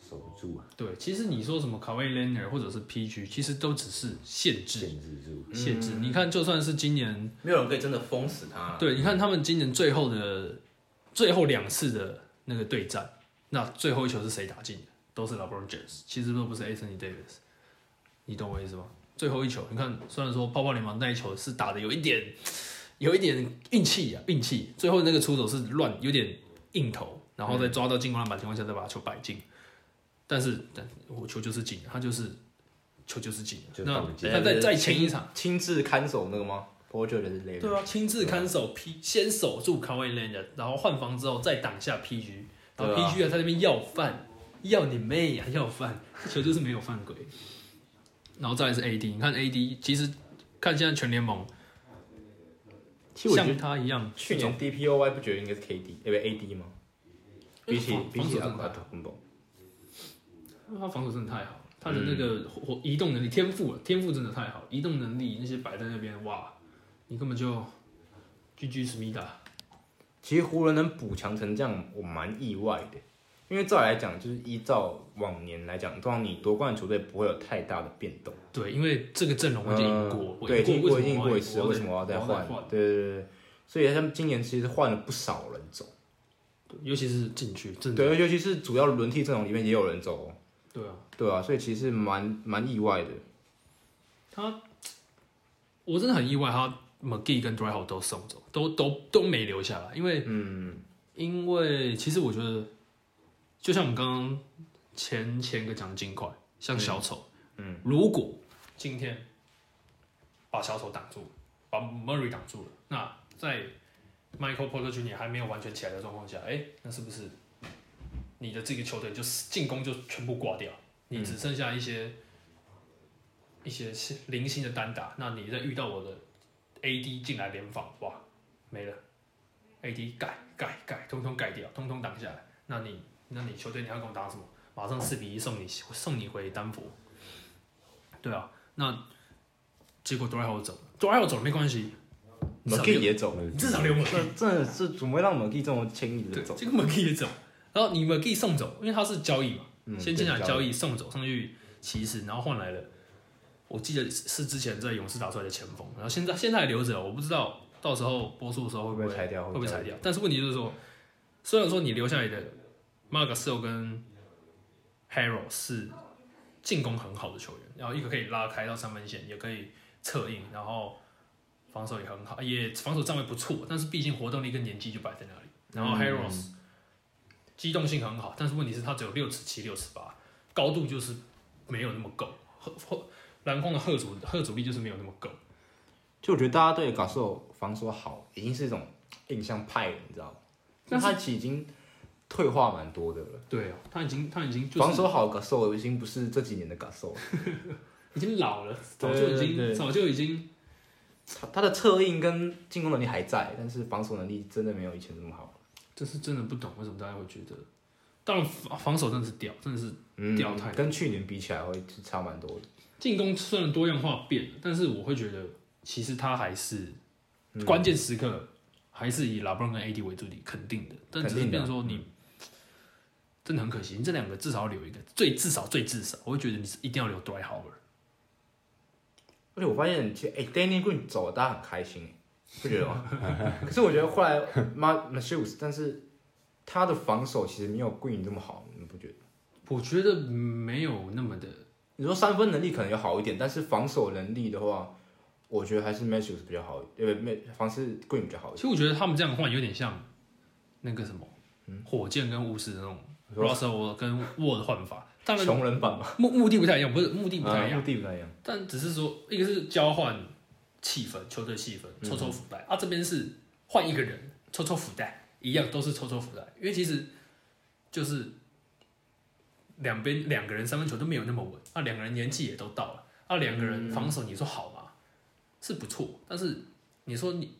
Speaker 3: 守不住啊，
Speaker 2: 对，其实你说什么 Kawhi Leonard 或者是 PG，其实都只是限制
Speaker 3: 限制住。
Speaker 2: 限
Speaker 1: 嗯
Speaker 2: 制。你看，就算是今年
Speaker 1: 没有人可以真的封死他啦。
Speaker 2: 对，你看他们今年最后的最后两次的那个对战，那最后一球是谁打进的？都是 LeBron James，其实都不是 Anthony Davis，你懂我意思吗？最后一球，你看，虽然说泡泡联盟那一球是打的有一点，有一点运气啊，运气，最后那个出手是乱，有点硬投，然后再抓到进攻篮板情况下再把球摆进，但是但我球就是进了，他就是球就是进了，
Speaker 3: 就
Speaker 2: 那
Speaker 3: 放进
Speaker 2: 那在在前一场。
Speaker 1: 亲自看守那个吗 p o r t e r 是 l a
Speaker 2: 对啊，亲自看守 P，先守住 k a w i l e n 然后换防之后再挡下 PG，然后
Speaker 1: 对啊
Speaker 2: PG 还在那边要饭，要你妹呀、要饭，球就是没有犯规。然后再来是 AD，你看 AD 其实看现在全联盟
Speaker 1: 其实我觉得
Speaker 2: 像他一样，
Speaker 1: 去年 DPOY 不觉得应该是 KD 哎不 AD 吗？
Speaker 2: 这
Speaker 1: 比
Speaker 2: 种
Speaker 1: 起
Speaker 2: 防
Speaker 1: 比起
Speaker 2: 防守
Speaker 1: 阿卡
Speaker 2: 真的太好
Speaker 1: 特很猛，
Speaker 2: 因为他防守真的太好
Speaker 1: 嗯
Speaker 2: 了，他的那个活活移动能力天赋啊，天赋真的太好了，移动能力那些摆在那边，哇，你根本就 GG 思密达，
Speaker 1: 其实湖人能补强成这样，我蛮意外的。因为照理来讲，就是依照往年来讲，通常你夺冠的球队不会有太大的变动。
Speaker 2: 对，因为这个阵容我已经赢过，我
Speaker 1: 呃对，经
Speaker 2: 过
Speaker 1: 已经赢
Speaker 2: 过
Speaker 1: 过一次，为什么我要再换
Speaker 2: 换？？
Speaker 1: 对对对对，所以他们今年其实换了不少人走，
Speaker 2: 尤其是禁区，真的
Speaker 1: 对，尤其是主要轮替阵容里面也有人走哦，
Speaker 2: 对啊，
Speaker 1: 对啊，所以其实蛮蛮意外的。
Speaker 2: 他我真的很意外，他 McGee 跟 d r y h o 都送走，都都都没留下来，因为嗯，因为其实我觉得，就像我们刚刚前前个讲的金块，像小丑，嗯，如果今天把小丑挡住了，把 Murray 挡住了，那在 Michael Porter Jr. 还没有完全起来的状况下，哎、那是不是你的这个球队就是进攻就全部挂掉，你只剩下一些、一些零星的单打，那你再遇到我的 AD 进来联防，哇，没了，AD 改改改，通通改掉，通通挡下来，那你那你球队你要跟我打什么？马上四比一送你送你回丹佛，对啊，那结果 d r y h o 走了 d r y h o 走了没关系，你至少
Speaker 1: McGee
Speaker 2: 留
Speaker 1: 也走了，
Speaker 2: 你至少留我。
Speaker 1: 这真的是怎么会让 McGee 这么轻易
Speaker 2: 对
Speaker 1: 的，走？
Speaker 2: 这个 McGee 也走，然后你 McGee 送走，因为他是交易嘛，先进来
Speaker 1: 对
Speaker 2: 交易送走上去骑士，然后换来了，我记得是之前在勇士打出来的前锋，然后现在现在还留着，我不知道到时候播出的时
Speaker 1: 会
Speaker 2: 候会不
Speaker 1: 不会裁掉
Speaker 2: 会
Speaker 1: 会
Speaker 2: 不
Speaker 1: 不
Speaker 2: 会
Speaker 1: 会
Speaker 2: 裁掉，但是问题就是说，虽然说你留下来的 m a r g a s o 跟 Harrell 是进攻很好的球员，然后一个可以拉开到三分线，也可以策应，然后防守也很好，也防守站位不错，但是毕竟活动力跟年纪就摆在那里。然后 Harris、机动性很好，但是问题是他只有六尺七、六尺八，高度就是没有那么够，后后篮筐的后阻后阻力就是没有那么够。
Speaker 1: 就我觉得大家对 g a s o 防守好，已经是一种印象派了，你知道吗？但他其实已经退化蛮多的了。
Speaker 2: 对啊，他已经他已经就
Speaker 1: 防
Speaker 2: 是
Speaker 1: 守好 g a s o 已经不是这几年的 g a s o
Speaker 2: 已经老了，早
Speaker 1: 对
Speaker 2: 就已经
Speaker 1: 对对
Speaker 2: 早就已经
Speaker 1: 他他的策应跟进攻能力还在，但是防守能力真的没有以前这么好。
Speaker 2: 这是真的不懂为什么大家会觉得，当然防防守真的是屌，真的是
Speaker 1: 嗯
Speaker 2: 掉态
Speaker 1: 跟去年比起来会是差蛮多的。
Speaker 2: 进攻虽然多样化变了，但是我会觉得其实他还是
Speaker 1: 嗯
Speaker 2: 关键时刻还是以 LeBron 跟 AD 为主力，肯定的。但只是
Speaker 1: 肯定的嗯
Speaker 2: 变成说你真的很可惜，你这两个至少要留一个，最至少最至少，我会觉得你是一定要留 d r y h o w a r
Speaker 1: 而且我发现，其实哎、d a n n y Green 走了，大家很开心，不觉得吗？ 可是我觉得后来 Ma m a s h u s 但是他的防守其实没有 Green 这么好，你不觉得？
Speaker 2: 我觉得没有那么的，
Speaker 1: 你说三分能力可能有好一点，但是防守能力的话，我觉得还是 m a s h u s 比较好，呃，没防是 Green 比较好一
Speaker 2: 其实我觉得他们这样换有点像那个什么火箭跟巫师的那种 Russell 跟 Ward 的换法，当然
Speaker 1: 穷人版嘛，
Speaker 2: 目目的不太一样，不是目的不太一
Speaker 1: 啊
Speaker 2: 样，
Speaker 1: 目的不太一样。
Speaker 2: 但只是说一个是交换气氛，球队气氛，抽
Speaker 3: 嗯
Speaker 2: 抽福袋、啊，这边是换一个人抽抽福袋，一样都是抽抽福袋，因为其实就是两边两个人三分球都没有那么稳，啊，两个人年纪也都到了，啊，两个
Speaker 3: 嗯
Speaker 2: 人防守你说好吗？是不错，但是你说你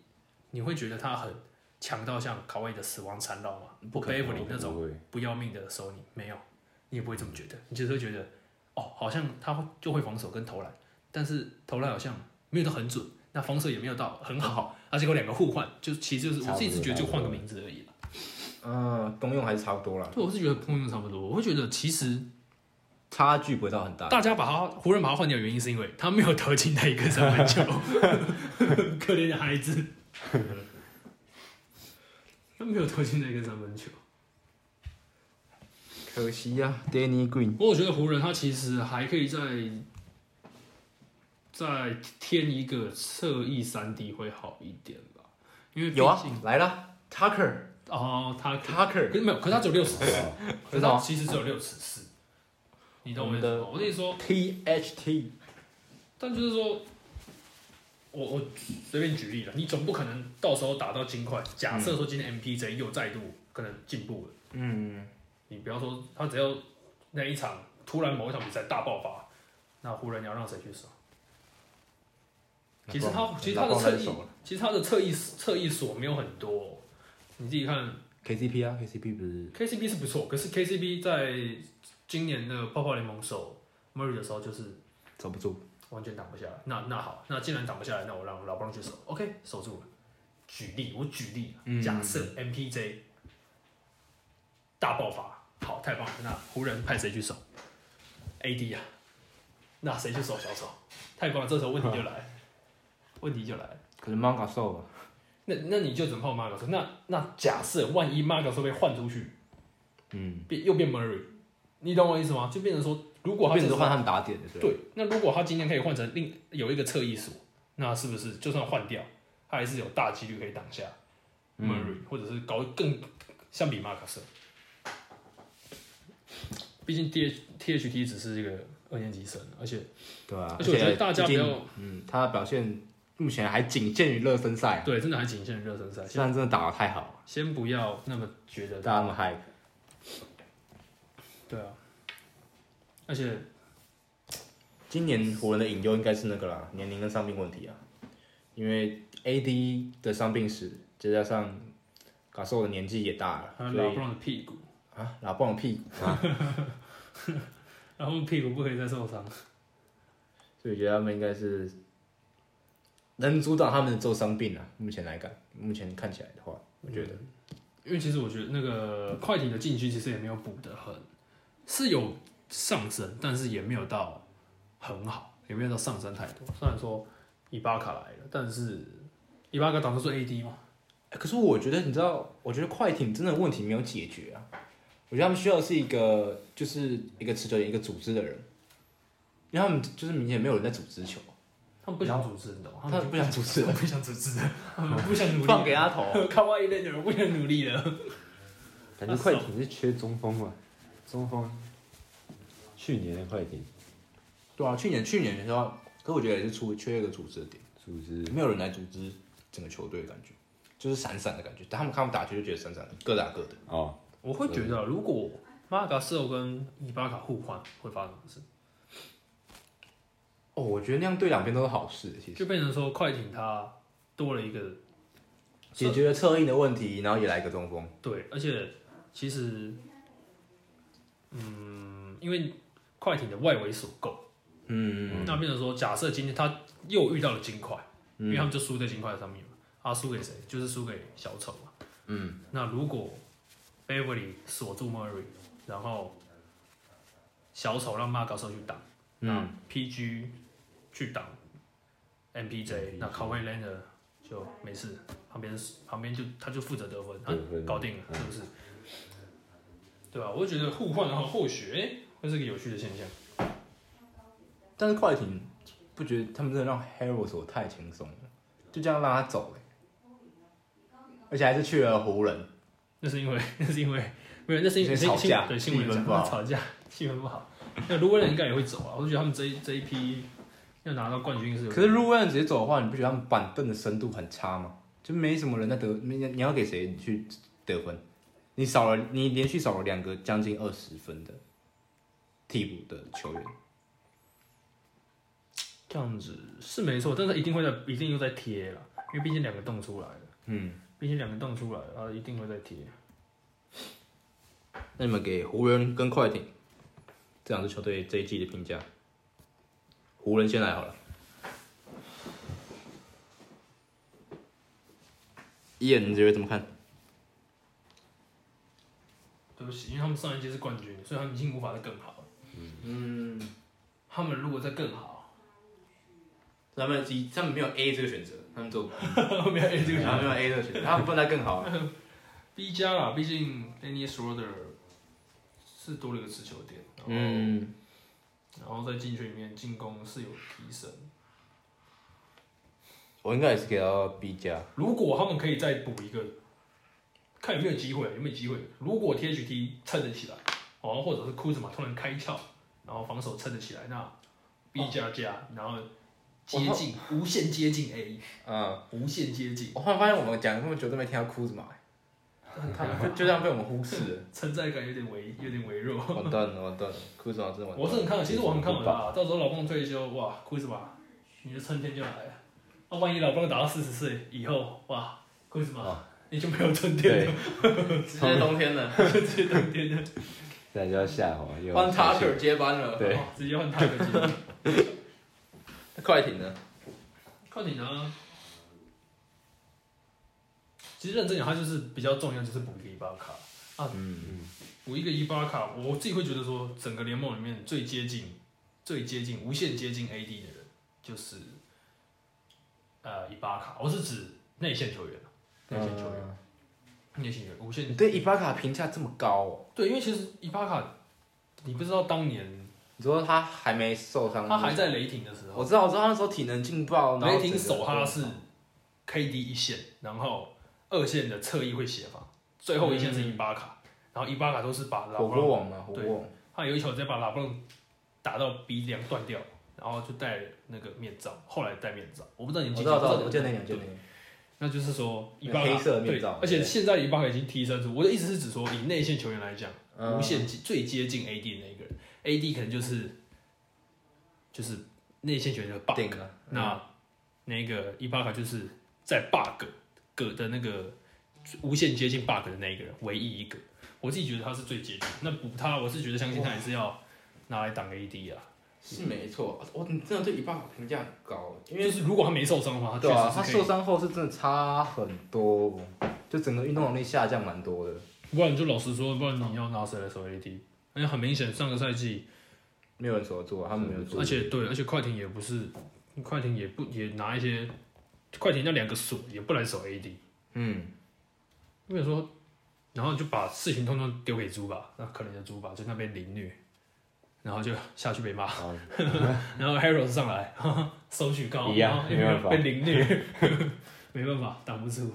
Speaker 2: 你会觉得他很强到像卡哇伊的死亡缠绕吗？不
Speaker 3: 可能
Speaker 2: Beverly 那种
Speaker 3: 不会
Speaker 2: 不要命的手你没有，你也不会这么觉得，你只是会觉得哦，好像他会就会防守跟投篮，但是投篮好像没有到很准，那防守也没有到很好，啊，结果两个互换，就其实就是
Speaker 3: 差
Speaker 2: 我
Speaker 3: 不多
Speaker 2: 自己是觉得就
Speaker 3: 差不多
Speaker 2: 换个名字而已啦。
Speaker 1: 嗯，功用还是差不多啦，
Speaker 2: 对，我是觉得碰用差不多，我会觉得其实
Speaker 1: 差距不会到很大。
Speaker 2: 大家把他湖人把他换掉的原因是因为他没有投进那一个三分球，可怜的孩子，他没有投进那一个三分球。
Speaker 1: 可惜呀，Danny Green
Speaker 2: 不过我觉得湖人他其实还可以再再添一个侧翼三 D 会好一点吧，因为毕
Speaker 1: 有啊
Speaker 2: 竟，
Speaker 1: 来啦 t u c k e r
Speaker 2: 哦，他可
Speaker 1: Tucker
Speaker 2: 可是没有，可是他只有六尺四，可是
Speaker 1: 知道
Speaker 2: 他
Speaker 1: 啊
Speaker 2: 其实只有六尺四，你懂我意
Speaker 1: 我们
Speaker 2: 思
Speaker 1: 的
Speaker 2: 吗？我跟你说，
Speaker 1: T H T，
Speaker 2: 但就是说，我我随便举例了，你总不可能到时候打到金块。假设说今天 MPJ 又再度可能进步了，
Speaker 1: 嗯，
Speaker 2: 你不要说他只要那一场突然某一场比赛大爆发，那湖人你要让谁去守？其实他其实他的侧翼，其实他的侧翼侧翼锁没有很多哦、你自己看
Speaker 1: KCP 啊，KCP 不是
Speaker 2: KCB 是不错，可是 KCB 在今年的泡泡联盟守 Murray 的时候就是
Speaker 1: 守不住，
Speaker 2: 完全挡不下来。那那好，那既然挡不下来，那我让老布朗去守，OK，守住了。举例，我举例，啊
Speaker 1: 嗯
Speaker 2: 假设 MPJ 大爆发，好，太棒了。那湖人派谁去守？AD 啊，那谁去守小丑？太棒了，这时候问题就来了，问题就来了。
Speaker 1: 可是 Manga 瘦了，
Speaker 2: 那那你就只能碰马可说，那那假设万一马可说被换出去，
Speaker 1: 嗯，
Speaker 2: 变又变 Murray，你懂我意思吗？就变成说，如果他
Speaker 1: 变
Speaker 2: 这时
Speaker 1: 成
Speaker 2: 候
Speaker 1: 换他们打点的，对吧，
Speaker 2: 对，那如果他今天可以换成另有一个侧翼锁，那是不是就算换掉，他还是有大几率可以挡下 Murray，、或者是搞更相比马卡森。毕竟 D H T H T 只是一个二年级生，而且
Speaker 1: 对啊，
Speaker 2: 而且我觉得大家
Speaker 1: 毕竟
Speaker 2: 不要
Speaker 1: 嗯，他的表现目前还仅限于热身赛啊，
Speaker 2: 对，真的还仅限于热身赛，
Speaker 1: 虽
Speaker 2: 先
Speaker 1: 然真的打得太好了，
Speaker 2: 先不要那么觉得
Speaker 1: 大家那么嗨，
Speaker 2: 对啊，而且
Speaker 1: 今年湖人的隐忧应该是那个啦，年龄跟伤病问题啊，因为 AD 的伤病史，再加上卡索的年纪也大
Speaker 2: 还
Speaker 1: 了，
Speaker 2: 有
Speaker 1: 所
Speaker 2: 老
Speaker 1: 以
Speaker 2: 布朗的屁股，
Speaker 1: 啊，拉布朗屁股，
Speaker 2: 然后屁股不可以再受伤。
Speaker 1: 所以我觉得他们应该是能阻挡他们的受伤病啊。目前来看，目前看起来的话，我觉得
Speaker 2: 因为其实我觉得那个快艇的禁区其实也没有补得很，是有上升，但是也没有到很好，也没有到上升太多。虽然说伊巴卡来了，但是伊巴卡打算做 AD 嘛，
Speaker 1: 欸可是我觉得，你知道，我觉得快艇真的问题没有解决啊。我觉得他们需要的是一个，就是一个持球点、一个组织的人，因为他们就是明显没有人在组织球，
Speaker 2: 他们不想组织，你懂吗？
Speaker 1: 他们不想组织
Speaker 2: 他，们不想组织，他们不想努力，
Speaker 1: 放给他投。啊
Speaker 2: 看外一类的人不想努力了。
Speaker 3: 感觉快艇是缺中锋吧？中锋，去年的快艇
Speaker 1: 对啊，去年去年的时候，可我觉得也是出缺一个组织的点，
Speaker 3: 组织
Speaker 1: 没有人来组织整个球队，的感觉就是闪闪的感觉。但他们看他们打球就觉得闪闪的，各打各的。
Speaker 3: 哦，
Speaker 2: 我会觉得，啊如果马卡瑟跟伊巴卡互换，会发生什么事？
Speaker 1: 哦，我觉得那样对两边都是好事，欸其实
Speaker 2: 就变成说快艇他多了一个
Speaker 1: 解决了策应的问题，然后也来个中锋。
Speaker 2: 对，而且其实，嗯，因为快艇的外围所够，
Speaker 1: 嗯，
Speaker 2: 那变成说，假设今天他又遇到了金块，因为他们就输在金块上面嘛，啊，输给谁？就是输给小丑嘛。嗯，那如果 Beverly 锁住 Murray，然后小丑让 m a r 去挡，
Speaker 1: 嗯
Speaker 2: 那 PG 去挡 MPJ，那 k a w h i l a n d e r 就没事，旁边旁边就他就负责得分，他
Speaker 3: 得分
Speaker 2: 搞定
Speaker 1: 嗯
Speaker 2: 了，是不是？对吧、我就觉得互换的话，或许哎、会是个有趣的现象。
Speaker 1: 但是快艇不觉得他们真的让 Harold 所太轻松了，就这样让他欸走了、而且还是去了湖人。
Speaker 2: 那是因为那是因为没有，那是因为
Speaker 1: 直接吵
Speaker 2: 新
Speaker 1: 架
Speaker 2: 对新闻
Speaker 1: 气氛
Speaker 2: 讲
Speaker 1: 不好
Speaker 2: 吵架，气氛不好。那卢威人应该也会走啊，我就觉得他们这一这一批要拿到冠军是有。
Speaker 1: 可是如果让你直接走的话，你不觉得他们板凳的深度很差吗？就没什么人在得，没你要给谁去得分？你少了，你连续少了两个将近二十分的替补的球员，
Speaker 2: 这样子是没错，但是一定会在，一定又在贴了，因为毕竟两个洞出来了，
Speaker 1: 嗯，
Speaker 2: 毕竟两个洞出来了，啊，一定会在贴。
Speaker 1: 那你们给湖人跟快艇这两支球队这一季的评价？湖人先来好了，伊恩，你觉得怎么看？
Speaker 2: 对不起，因为他们上一届是冠军，所以他们已经无法再更好了。
Speaker 1: 嗯，
Speaker 2: 他们如果再更好，
Speaker 1: 他们他们没有 A 这个选择，他们 走，
Speaker 2: 没有 A 这个
Speaker 1: 他们没有 A 这个选择，他们不能再更好了。
Speaker 2: B 加啦，毕竟 Danny Schroeder 是多了一个持球点，然后、
Speaker 1: 嗯，
Speaker 2: 然后在禁区里面进攻是有提升。
Speaker 1: 我应该也是给到 B 加，
Speaker 2: 如果他们可以再补一个，看有没有机会，有没有机会。如果 THT 撑得起来，哦，或者是库兹马突然开窍，然后防守撑得起来，那 B 加加，然后接近无限接近 A，
Speaker 1: 哦嗯，
Speaker 2: 无限接近，
Speaker 1: 我忽然发现我们讲了那么久都没听到库兹马，他就就这样被我们忽视了，
Speaker 2: 存在感有点微有点微弱。
Speaker 1: 完蛋了，完蛋了，库兹马真的完蛋了。
Speaker 2: 我是很看好，其实我很看好的啊，到时候老棒退休，哇，库兹马，你的春天就来了。那、万一老棒打到四十岁以后，哇，库兹马
Speaker 3: 哇
Speaker 2: 你就没有春天
Speaker 3: 对
Speaker 2: 了，，
Speaker 1: 直接冬天了，
Speaker 2: 就直接冬天了，
Speaker 3: 再就要下滑，又
Speaker 1: 换
Speaker 3: 差
Speaker 1: Tucker 接班了。
Speaker 3: 对
Speaker 2: 哇，直接换他的机会。
Speaker 1: 快艇呢？
Speaker 2: 快艇呢？其实认真讲，它就是比较重要，就是补一个伊巴卡，
Speaker 3: 嗯嗯，
Speaker 2: 补一个伊巴卡。我自己会觉得说，整个联盟里面最接近、最接近、无限接近 AD 的人，就是呃伊巴卡。我是指内线球员，啊内线球
Speaker 1: 嗯
Speaker 2: 员，内线球员，无限
Speaker 1: 你对伊巴卡评价这么高哦？
Speaker 2: 对，因为其实伊巴卡，你不知道当年
Speaker 1: 你说他还没哦受伤？
Speaker 2: 他还在雷霆的时候，
Speaker 1: 我知道，我知道他那时候体能劲爆，然后
Speaker 2: 雷霆首
Speaker 1: 哈
Speaker 2: 哈是 KD 一线，然后二线的侧翼会协防，最后一线是伊巴卡，然后伊巴卡都是把拉
Speaker 1: 嗯火
Speaker 2: 布朗，
Speaker 1: 锅王嘛，火锅王。
Speaker 2: 他有一球直接把拉布朗打到鼻梁断掉，然后就戴那个面罩，后来戴面罩，我不知道你
Speaker 1: 我
Speaker 2: 记
Speaker 1: 知
Speaker 2: 不
Speaker 1: 道，
Speaker 2: 记
Speaker 1: 我知
Speaker 2: 得
Speaker 1: 道，我见那个，我见那个。
Speaker 2: 那就是说伊
Speaker 1: 那
Speaker 2: 巴卡
Speaker 1: 黑色的面
Speaker 2: 对
Speaker 1: 罩
Speaker 2: 而且
Speaker 1: 对
Speaker 2: 现在的伊巴卡已经提升出，我的意思是指说以内线球员来讲，
Speaker 1: 嗯
Speaker 2: 无限接最接近 AD 的那一个人，AD 可能就是就是内线球员的 bug，
Speaker 1: 顶了。
Speaker 2: 那那个伊巴卡就是在 bug 个的那个无限接近 bug 的那一个人，唯一一个，我自己觉得他是最接近。那补他，我是觉得相信他也是要拿来挡 AD 啊，
Speaker 1: 是没错，我你真的对伊巴卡评价很高，因为
Speaker 2: 就是如果他没受伤的话，
Speaker 1: 对啊，他
Speaker 2: 他确实是可
Speaker 1: 受
Speaker 2: 以，
Speaker 1: 伤后是真的差很多，就整个运动能力下降蛮多的，
Speaker 2: 不然就老实说，不然你要拿谁来守 AD？而且很明显，上个赛季，
Speaker 1: 没有人守得住啊，他们没有做
Speaker 2: 而。且对，而且快艇也不是，快艇也不也拿一些，快艇那两个锁也不来守 AD，
Speaker 1: 嗯，
Speaker 2: 我想说，然后就把事情通通丢给猪吧，那可怜的猪吧，就那边凌虐，然后就下去被骂，
Speaker 3: 好
Speaker 2: 然后 Harold 上来， 哈哈收取高，
Speaker 3: 哦一样
Speaker 2: 然后也没有
Speaker 3: 没办法
Speaker 2: 被凌虐， 没办法，挡不住。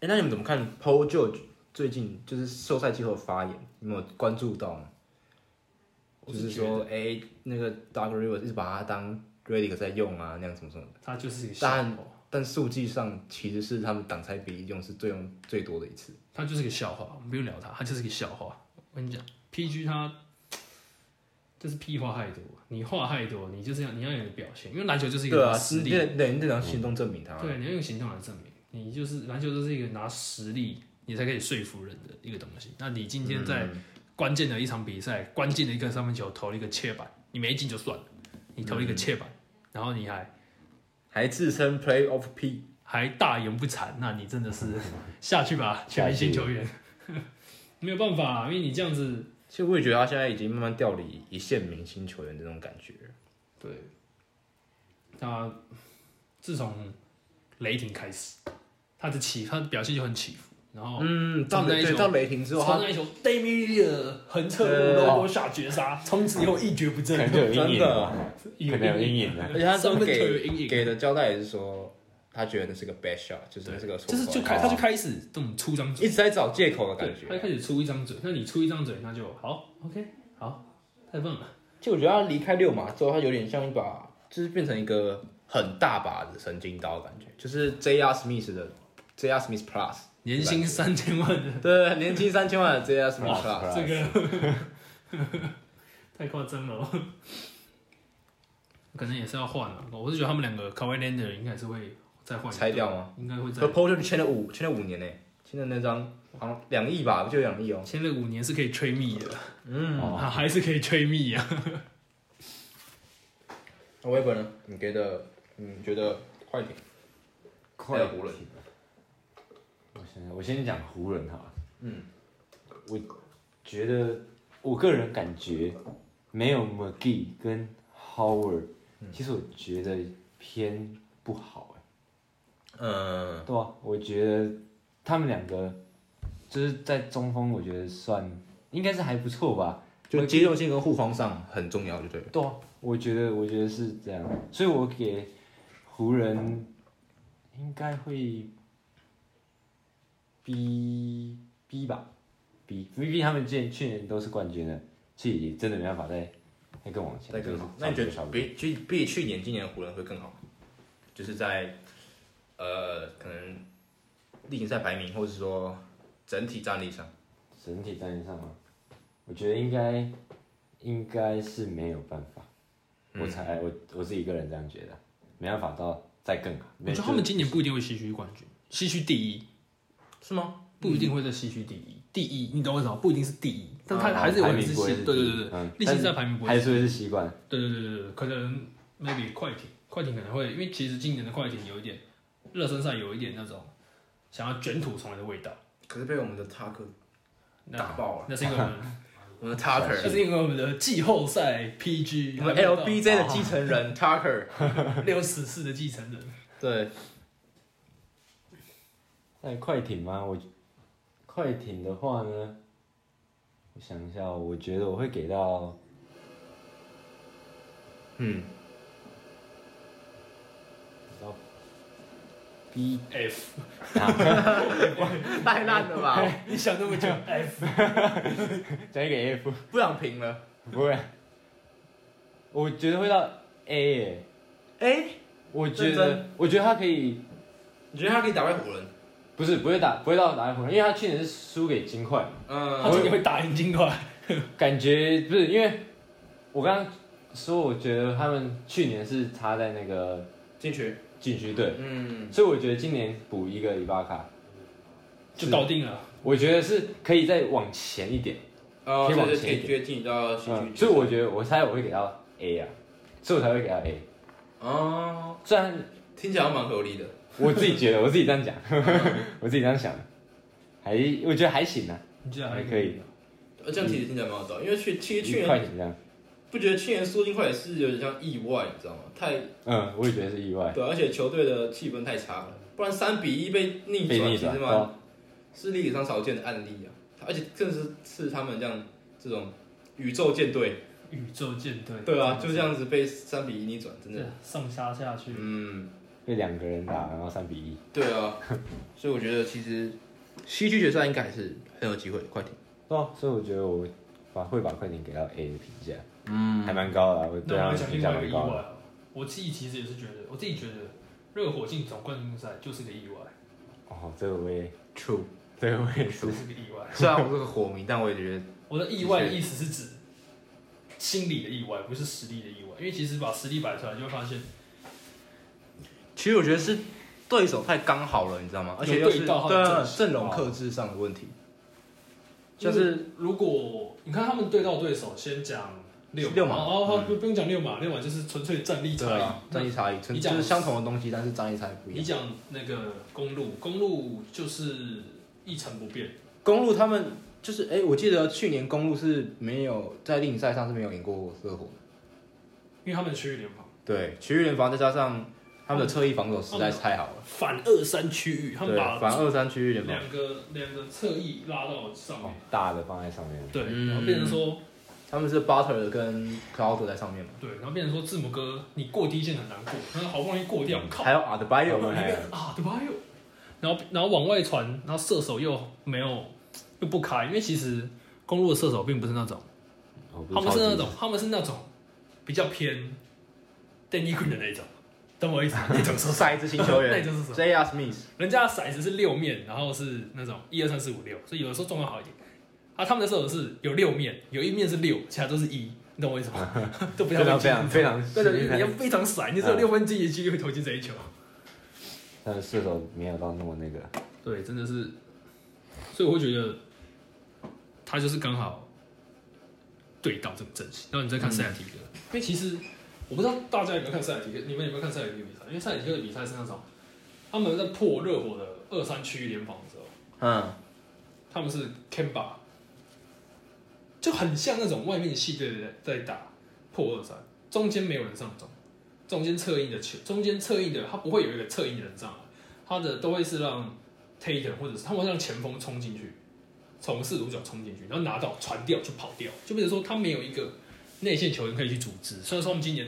Speaker 1: 哎，那你们怎么看 Paul George 最近就是休赛季后的发言？你们有关注到吗？
Speaker 2: 我
Speaker 1: 就是是
Speaker 2: 觉得
Speaker 1: 说，哎，那个 Doc Rivers 一直把他当 Redick 在用啊，那样什么什么的，
Speaker 2: 他就是一个小
Speaker 1: 当然
Speaker 2: 话，
Speaker 1: 但数据上其实是他们挡拆比例用是最用最多的一次。
Speaker 2: 他就是一个笑话，我们不用聊他，他就是一个笑话。我跟你讲，PG 他就是屁话太多，你话太多，你就是要你要有表现，因为篮球就是一
Speaker 1: 对
Speaker 2: 个
Speaker 1: 啊，
Speaker 2: 实
Speaker 1: 你
Speaker 2: 力
Speaker 1: 这对，你这种行动证明他。
Speaker 2: 对，你要用行动来证明，你就是篮球就是一个拿实力你才可以说服人的一个东西。那你今天在关键的一场比赛，关键的一个三分球投了一个切板，你没进就算了，你投了一个切板，然后你还
Speaker 1: 还自称 Playoff P，
Speaker 2: 还大言不惭，那你真的是 下去吧，全明星球员， 没有办法，因为你这样子，
Speaker 1: 其实我也觉得他现在已经慢慢掉离一线明星球员的那种感觉。
Speaker 2: 对，他啊自从雷霆开始，他的起他的表现就很起伏，然后
Speaker 1: 嗯，到
Speaker 2: 从那
Speaker 1: 雷
Speaker 2: 一
Speaker 1: 对
Speaker 2: 球
Speaker 1: 到雷霆之后，
Speaker 2: 从
Speaker 1: 他
Speaker 2: 那一球 d a m i e 横侧
Speaker 1: 对
Speaker 2: 路然后下绝杀，从此以后一蹶不振
Speaker 3: 可，能就有阴影了吧，
Speaker 2: 有
Speaker 3: 可能有阴影了
Speaker 1: 而且他这
Speaker 2: 上
Speaker 1: 么
Speaker 2: 分球有
Speaker 1: 给
Speaker 2: 阴影，
Speaker 1: 给的交代也是说，他觉得那是个 bad shot，就是那是个错
Speaker 2: 就是就
Speaker 1: 误
Speaker 2: 开他就开始这种出张
Speaker 1: 一
Speaker 2: 嘴，
Speaker 1: 直在找借口的
Speaker 2: 对
Speaker 1: 感，
Speaker 2: 他
Speaker 1: 觉。
Speaker 2: 开始出一张嘴，那你出一张嘴，那就好，OK，好，太棒了，
Speaker 1: 就我觉得他离开六马之后，他有点像一把，就是变成一个很大把的神经刀的感觉，就是 J.R. Smith 的 J.R. Smith Plus，
Speaker 2: 年薪三千万的
Speaker 1: 对，年薪三千万的 J.R. Smith Plus。
Speaker 3: Plus
Speaker 2: 这个太夸张了哦， 可能也是要换了。我是觉得他们两个 k a w i Lander 应该是会再换一个
Speaker 1: 拆掉吗？
Speaker 2: 应该会再
Speaker 1: 和 p o r t e 签了五签了五年呢，签了那张好像两亿吧，不就两亿哦。
Speaker 2: 签了五年是可以吹密的，
Speaker 3: 哦
Speaker 2: 啊还是可以吹密啊。
Speaker 1: 那 Weber 啊呢？你觉得？你觉得快艇？
Speaker 3: 快
Speaker 1: 还有湖人
Speaker 3: 艇。我想想，我先讲湖人好了。嗯，我觉得我个人感觉没有 McGee 跟 Howard，、其实我觉得偏不好、
Speaker 1: 嗯，
Speaker 3: 欸、对啊，我觉得他们两个就是在中锋，我觉得算应该是还不错吧。
Speaker 1: 就接受性跟护框上很重要，就对了。
Speaker 3: 对啊、我觉得我觉得是这样，所以我给湖人应该会 B B 吧，B B B 他们去去年都是冠军了，所以也真的没办法再再更往前，
Speaker 1: 再更好。那你
Speaker 3: 就是
Speaker 1: 觉
Speaker 3: 差
Speaker 1: 得
Speaker 3: 不多
Speaker 1: 比比比去年、今年湖人会更好吗？就是在呃，可能例行赛排名，或者说整体战力上，
Speaker 3: 整体战力上吗？我觉得应该应该是没有办法，我才
Speaker 1: 嗯
Speaker 3: 我我自己个人这样觉得，没办法到再更好。
Speaker 2: 我觉得他们今年不一定会西区冠军，西区第一
Speaker 1: 是吗？
Speaker 2: 不一定会在西区第一，第一你懂我意思吗？不一定是第一，但他
Speaker 3: 嗯
Speaker 2: 还是有
Speaker 3: 排
Speaker 2: 可能
Speaker 3: 名
Speaker 2: 是
Speaker 3: 不会
Speaker 2: 西
Speaker 3: 是
Speaker 2: 对对
Speaker 3: 第一
Speaker 2: 对对
Speaker 3: 嗯，
Speaker 2: 例行赛排名不会
Speaker 3: 还是会是习惯，
Speaker 2: 对对对对对，可能 maybe 快艇，快艇可能会，因为其实今年的快艇有一点热身赛有一点那种想要卷土重来的味道。
Speaker 1: 可是被我们的 Tucker
Speaker 2: 那
Speaker 1: 打爆了
Speaker 2: 那是因为我们，
Speaker 1: 我们的
Speaker 2: 那
Speaker 1: Tucker，
Speaker 2: 是因为我们的季后赛 PG，
Speaker 1: 我们 LBJ 的继承人 Tucker，
Speaker 2: 六十四的继承人，
Speaker 1: 对，
Speaker 3: 在快艇吗？我快艇的话呢，我想一下哦，我觉得我会给到
Speaker 1: 嗯，
Speaker 3: 给到 B，
Speaker 2: F，
Speaker 1: 嗯太烂了吧，
Speaker 2: 你想那么久 F，
Speaker 3: 再给 F，
Speaker 1: 不想评了。
Speaker 3: 不会，我觉得会到 A，耶
Speaker 1: 哎，
Speaker 3: 我觉
Speaker 1: 认
Speaker 3: 得
Speaker 1: 真
Speaker 3: 我觉得他可以，
Speaker 1: 你觉得他可以打败湖人？
Speaker 3: 不是不会打不会到打败湖人，因为他去年是输给金块，
Speaker 2: 他
Speaker 1: 嗯，
Speaker 2: 今年会打赢金块，
Speaker 3: 感觉不是因为我刚刚说，我觉得他们去年是插在那个
Speaker 1: 进去，
Speaker 3: 禁区队，
Speaker 1: 嗯，
Speaker 3: 所以我觉得今年补一个伊巴卡。
Speaker 2: 就搞定了。
Speaker 3: 我觉得是可以再往前一点，
Speaker 1: 哦，
Speaker 3: 可以往
Speaker 1: 就是可
Speaker 3: 前一
Speaker 1: 以
Speaker 3: 点
Speaker 1: 决定到西
Speaker 3: 嗯，
Speaker 1: 区，
Speaker 3: 所以我觉得我猜我会给到 A 啊，所以我才会给到 A。
Speaker 1: 哦，
Speaker 3: 虽然
Speaker 1: 听起来蛮合理的。
Speaker 3: 我自己觉得，我自己这样讲，
Speaker 2: 嗯
Speaker 3: 我自己这样想，还我觉得还行啊，
Speaker 2: 你这样
Speaker 3: 还可以，
Speaker 1: 呃，这样其实听起来蛮好笑，因为去其实去
Speaker 3: 一
Speaker 1: 年
Speaker 3: 块钱这样。
Speaker 1: 不觉得去年输金块也是有点像意外，你知道吗？太
Speaker 3: 嗯，我也觉得是意外，
Speaker 1: 对啊，而且球队的气氛太差了，不然三比一被逆
Speaker 3: 被
Speaker 1: 转，
Speaker 3: 逆
Speaker 1: 其
Speaker 3: 转
Speaker 1: 实
Speaker 3: 对
Speaker 1: 蛮
Speaker 3: 吧？
Speaker 1: 是历史上少见的案例啊。而且更是是他们这样这种宇宙舰队，
Speaker 2: 宇宙舰队，
Speaker 1: 对啊，就这样子被三比一逆转，真的，
Speaker 2: 上杀下去，
Speaker 1: 嗯，
Speaker 3: 被两个人打，然后三比一。
Speaker 1: 对 啊，所以我觉得其实西区决赛应该还是很有机会，快艇。
Speaker 3: 对啊，所以我觉得我把会把快艇给到 A 的评价，嗯，还蛮高的啊，我
Speaker 2: 那
Speaker 3: 对他
Speaker 2: 我
Speaker 3: 们
Speaker 2: 讲
Speaker 3: 评
Speaker 2: 另
Speaker 3: 价
Speaker 2: 外一个
Speaker 3: 蛮
Speaker 2: 意
Speaker 3: 高的。
Speaker 2: 外，我自己其实也是觉得，我自己觉得热火进总冠军赛就是个意外，
Speaker 3: 哦，这个我也，
Speaker 1: True，
Speaker 3: 这个我也是
Speaker 2: 就。是个意外。
Speaker 1: 虽然我是个火迷，但我也觉得
Speaker 2: 我的意外的意思是指心理的意外，不是实力的意外。因为其实把实力摆出来，就会发现
Speaker 1: 其实我觉得是对手太刚好了，你知道吗？而且
Speaker 2: 有
Speaker 1: 又
Speaker 2: 对
Speaker 1: 是
Speaker 2: 到他
Speaker 1: 对
Speaker 2: 的
Speaker 1: 啊
Speaker 2: 阵势
Speaker 1: 阵容
Speaker 2: 哇
Speaker 1: 克制上的问题，就
Speaker 2: 哦就是是如果你看他们对到对手，先讲六
Speaker 1: 六马
Speaker 2: 哦，好不不用讲六马，六马就是纯粹战力差异。
Speaker 1: 啊战力差异，纯
Speaker 2: 你
Speaker 1: 就
Speaker 2: 讲
Speaker 1: 是相同的东西，但是战力差异不一
Speaker 2: 你
Speaker 1: 样。
Speaker 2: 讲那个公路，公路就是一成不变，
Speaker 1: 公路他们就是，哎，我记得去年公路是没有在另一赛上是没有赢过热火的，
Speaker 2: 因为他们区域联防。
Speaker 1: 对，区域联防再加上他们的侧翼防守实在是太好了，
Speaker 2: 反二三区域，他们
Speaker 1: 对，反
Speaker 2: 把
Speaker 1: 二三区域联防，
Speaker 2: 两个两个侧翼拉到上
Speaker 3: 哦
Speaker 2: 面，
Speaker 3: 大的放在上面，
Speaker 2: 对，
Speaker 1: 嗯
Speaker 2: 然后变成说
Speaker 1: 他们是 Butler 跟 Cloud 在上面嘛，
Speaker 2: 对，然后变成说字母哥你过第一线很难过，然后好不容易过掉，靠
Speaker 1: 还，有 a d b a y
Speaker 3: 我
Speaker 1: o
Speaker 3: 们还有
Speaker 2: 啊，对吧？又，然后然后往外传，然后射手又没有又不开，因为其实公路的射手并不是那种，
Speaker 3: 我不
Speaker 2: 他们是
Speaker 3: 超级
Speaker 2: 那种，他们是那种比较偏 Danny Green 的那种，懂我意思吗？那种射手，
Speaker 1: 赛一支新球
Speaker 2: 那
Speaker 1: 员
Speaker 2: 就是什么？
Speaker 1: ，J.R. Smith，
Speaker 2: 人家的骰子是六面，然后是那种一二三四五六，所以有的时候状况好一点。啊，他们的射手是有六面，有一面是六，其他都是一，你懂我意思吗？ 都不
Speaker 3: 非
Speaker 2: 要
Speaker 3: 常非常非 常啊
Speaker 2: 对
Speaker 3: 幸
Speaker 2: 的，
Speaker 3: 运
Speaker 2: 你要非常闪，你只有六分之一的几率会投进这一球。
Speaker 3: 他的射手没有到那么那个，
Speaker 2: 对，真的是，所以我会觉得他就是刚好对到这个阵型。然后你再
Speaker 3: 嗯
Speaker 2: 看塞尔提克，因为其实我不知道大家有没有看塞尔提克，你们有没有看塞尔提克比赛？因为塞尔提克的比赛是那种他们在破热火的二三区域联防的时候，
Speaker 1: 嗯，
Speaker 2: 他们是 Kemba，就很像那种外面的系队在在打破二三，中间没有人上中，中间侧应的球，中间侧应的他不会有一个侧应的人上来，他的都会是让 Tatum 或者是他们会让前锋冲进去，从四五角冲进去，然后拿到传掉就跑掉，就变成说他没有一个内线球员可以去组织。虽然说他们今年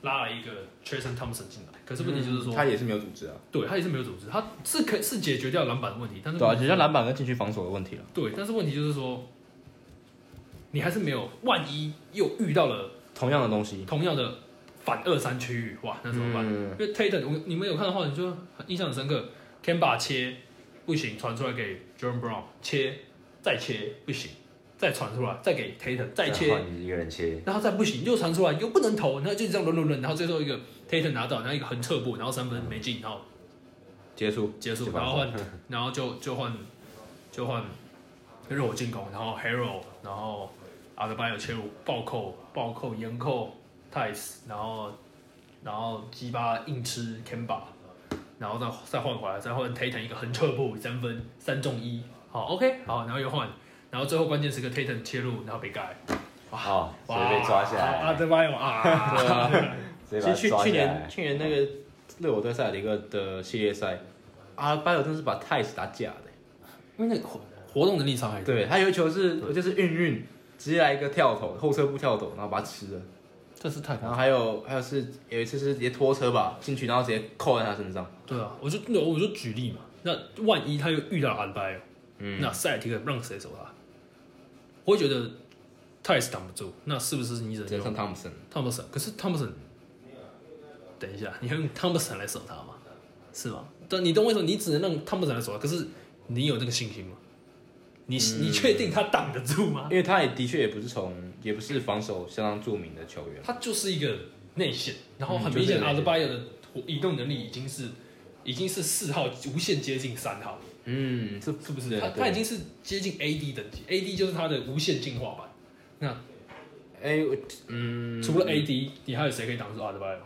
Speaker 2: 拉了一个 Tristan Thompson 进来，可是问题就是说，
Speaker 1: 他也是没有组织啊，
Speaker 2: 对他也是没有组织，他是可是解决掉篮板的问题，但是
Speaker 1: 对啊，只是篮板跟禁区防守的问题了。
Speaker 2: 对，但是问题就是说，你还是没有，万一又遇到了
Speaker 1: 同样的东西，
Speaker 2: 同样的反二三区域，哇，那怎么办？
Speaker 1: 嗯
Speaker 2: 因为 Tatum，我你们有看的话，你就很印象很深刻，Kemba 切不行，传出来给 Jordan Brown 切，再切不行，再传出来，再给 Tatum 再切，
Speaker 3: 然后你一个人切，
Speaker 2: 然后再不行又传出来又不能投，然后就这样轮轮轮，然后最后一个 Tatum 拿到，然后一个横撤步，然后三分没进，然后
Speaker 1: 结束，
Speaker 2: 结束
Speaker 3: 就，把
Speaker 2: 然后换， 然后就就换就换热火进攻，然后 Hero，然后阿德巴有切入暴扣、暴扣、严扣、泰斯，然后然后鸡巴硬吃 Kemba，然后再再换回来，再换 Tatum 一个横撤步三分三中一，好 OK 好，然后又换，然后最后关键时刻 Tatum 切入，然后被盖，
Speaker 3: 哦，直接被抓下
Speaker 2: 阿
Speaker 3: 来，
Speaker 2: 德巴有啊，
Speaker 3: 直接
Speaker 1: 啊其实
Speaker 3: 把他
Speaker 1: 去
Speaker 3: 抓
Speaker 1: 去
Speaker 3: 下
Speaker 1: 年
Speaker 3: 来。
Speaker 1: 去年那个热火对塞尔迪克的系列赛，阿巴尔真是把泰斯打假的、
Speaker 2: 因为那个活活动能力伤害，
Speaker 1: 对他有一球是就是运运，直接来一个跳投，后撤步跳投，然后把他吃了。
Speaker 2: 这是太
Speaker 1: 然后还有还有是有一次是直接拖车吧进去，然后直接扣在他身上。
Speaker 2: 对啊，我就那我就举例嘛。那万一他又遇到了阿德巴约，
Speaker 1: 嗯
Speaker 2: 那塞尔提克让谁守他？我会觉得泰斯挡不住，那是不是你只
Speaker 1: 直接
Speaker 2: 能
Speaker 1: 上
Speaker 2: 用
Speaker 1: 汤普森，
Speaker 2: 汤普森？可是汤普森，等一下，你要用汤普森来守他吗？是吗？但你懂我意思吗，你只能让汤普森来守他。可是你有那个信心吗？你、
Speaker 1: 嗯
Speaker 2: 你确定他挡得住吗？
Speaker 1: 因为他也的确也不是从也不是防守相当著名的球员。
Speaker 2: 他就是一个内线，然后很
Speaker 1: 嗯
Speaker 2: 明
Speaker 1: 就是
Speaker 2: 显
Speaker 1: 一个内线
Speaker 2: 阿德巴约的移动能力已经是已经是四号无限接近三号了。
Speaker 1: 嗯，是
Speaker 2: 是不是？
Speaker 1: 对
Speaker 2: 他
Speaker 1: 对
Speaker 2: 他已经是接近 AD 等级，AD 就是他的无限进化版。
Speaker 1: 哎、我嗯，嗯
Speaker 2: 除了 AD，你还有谁可以挡住阿德巴约？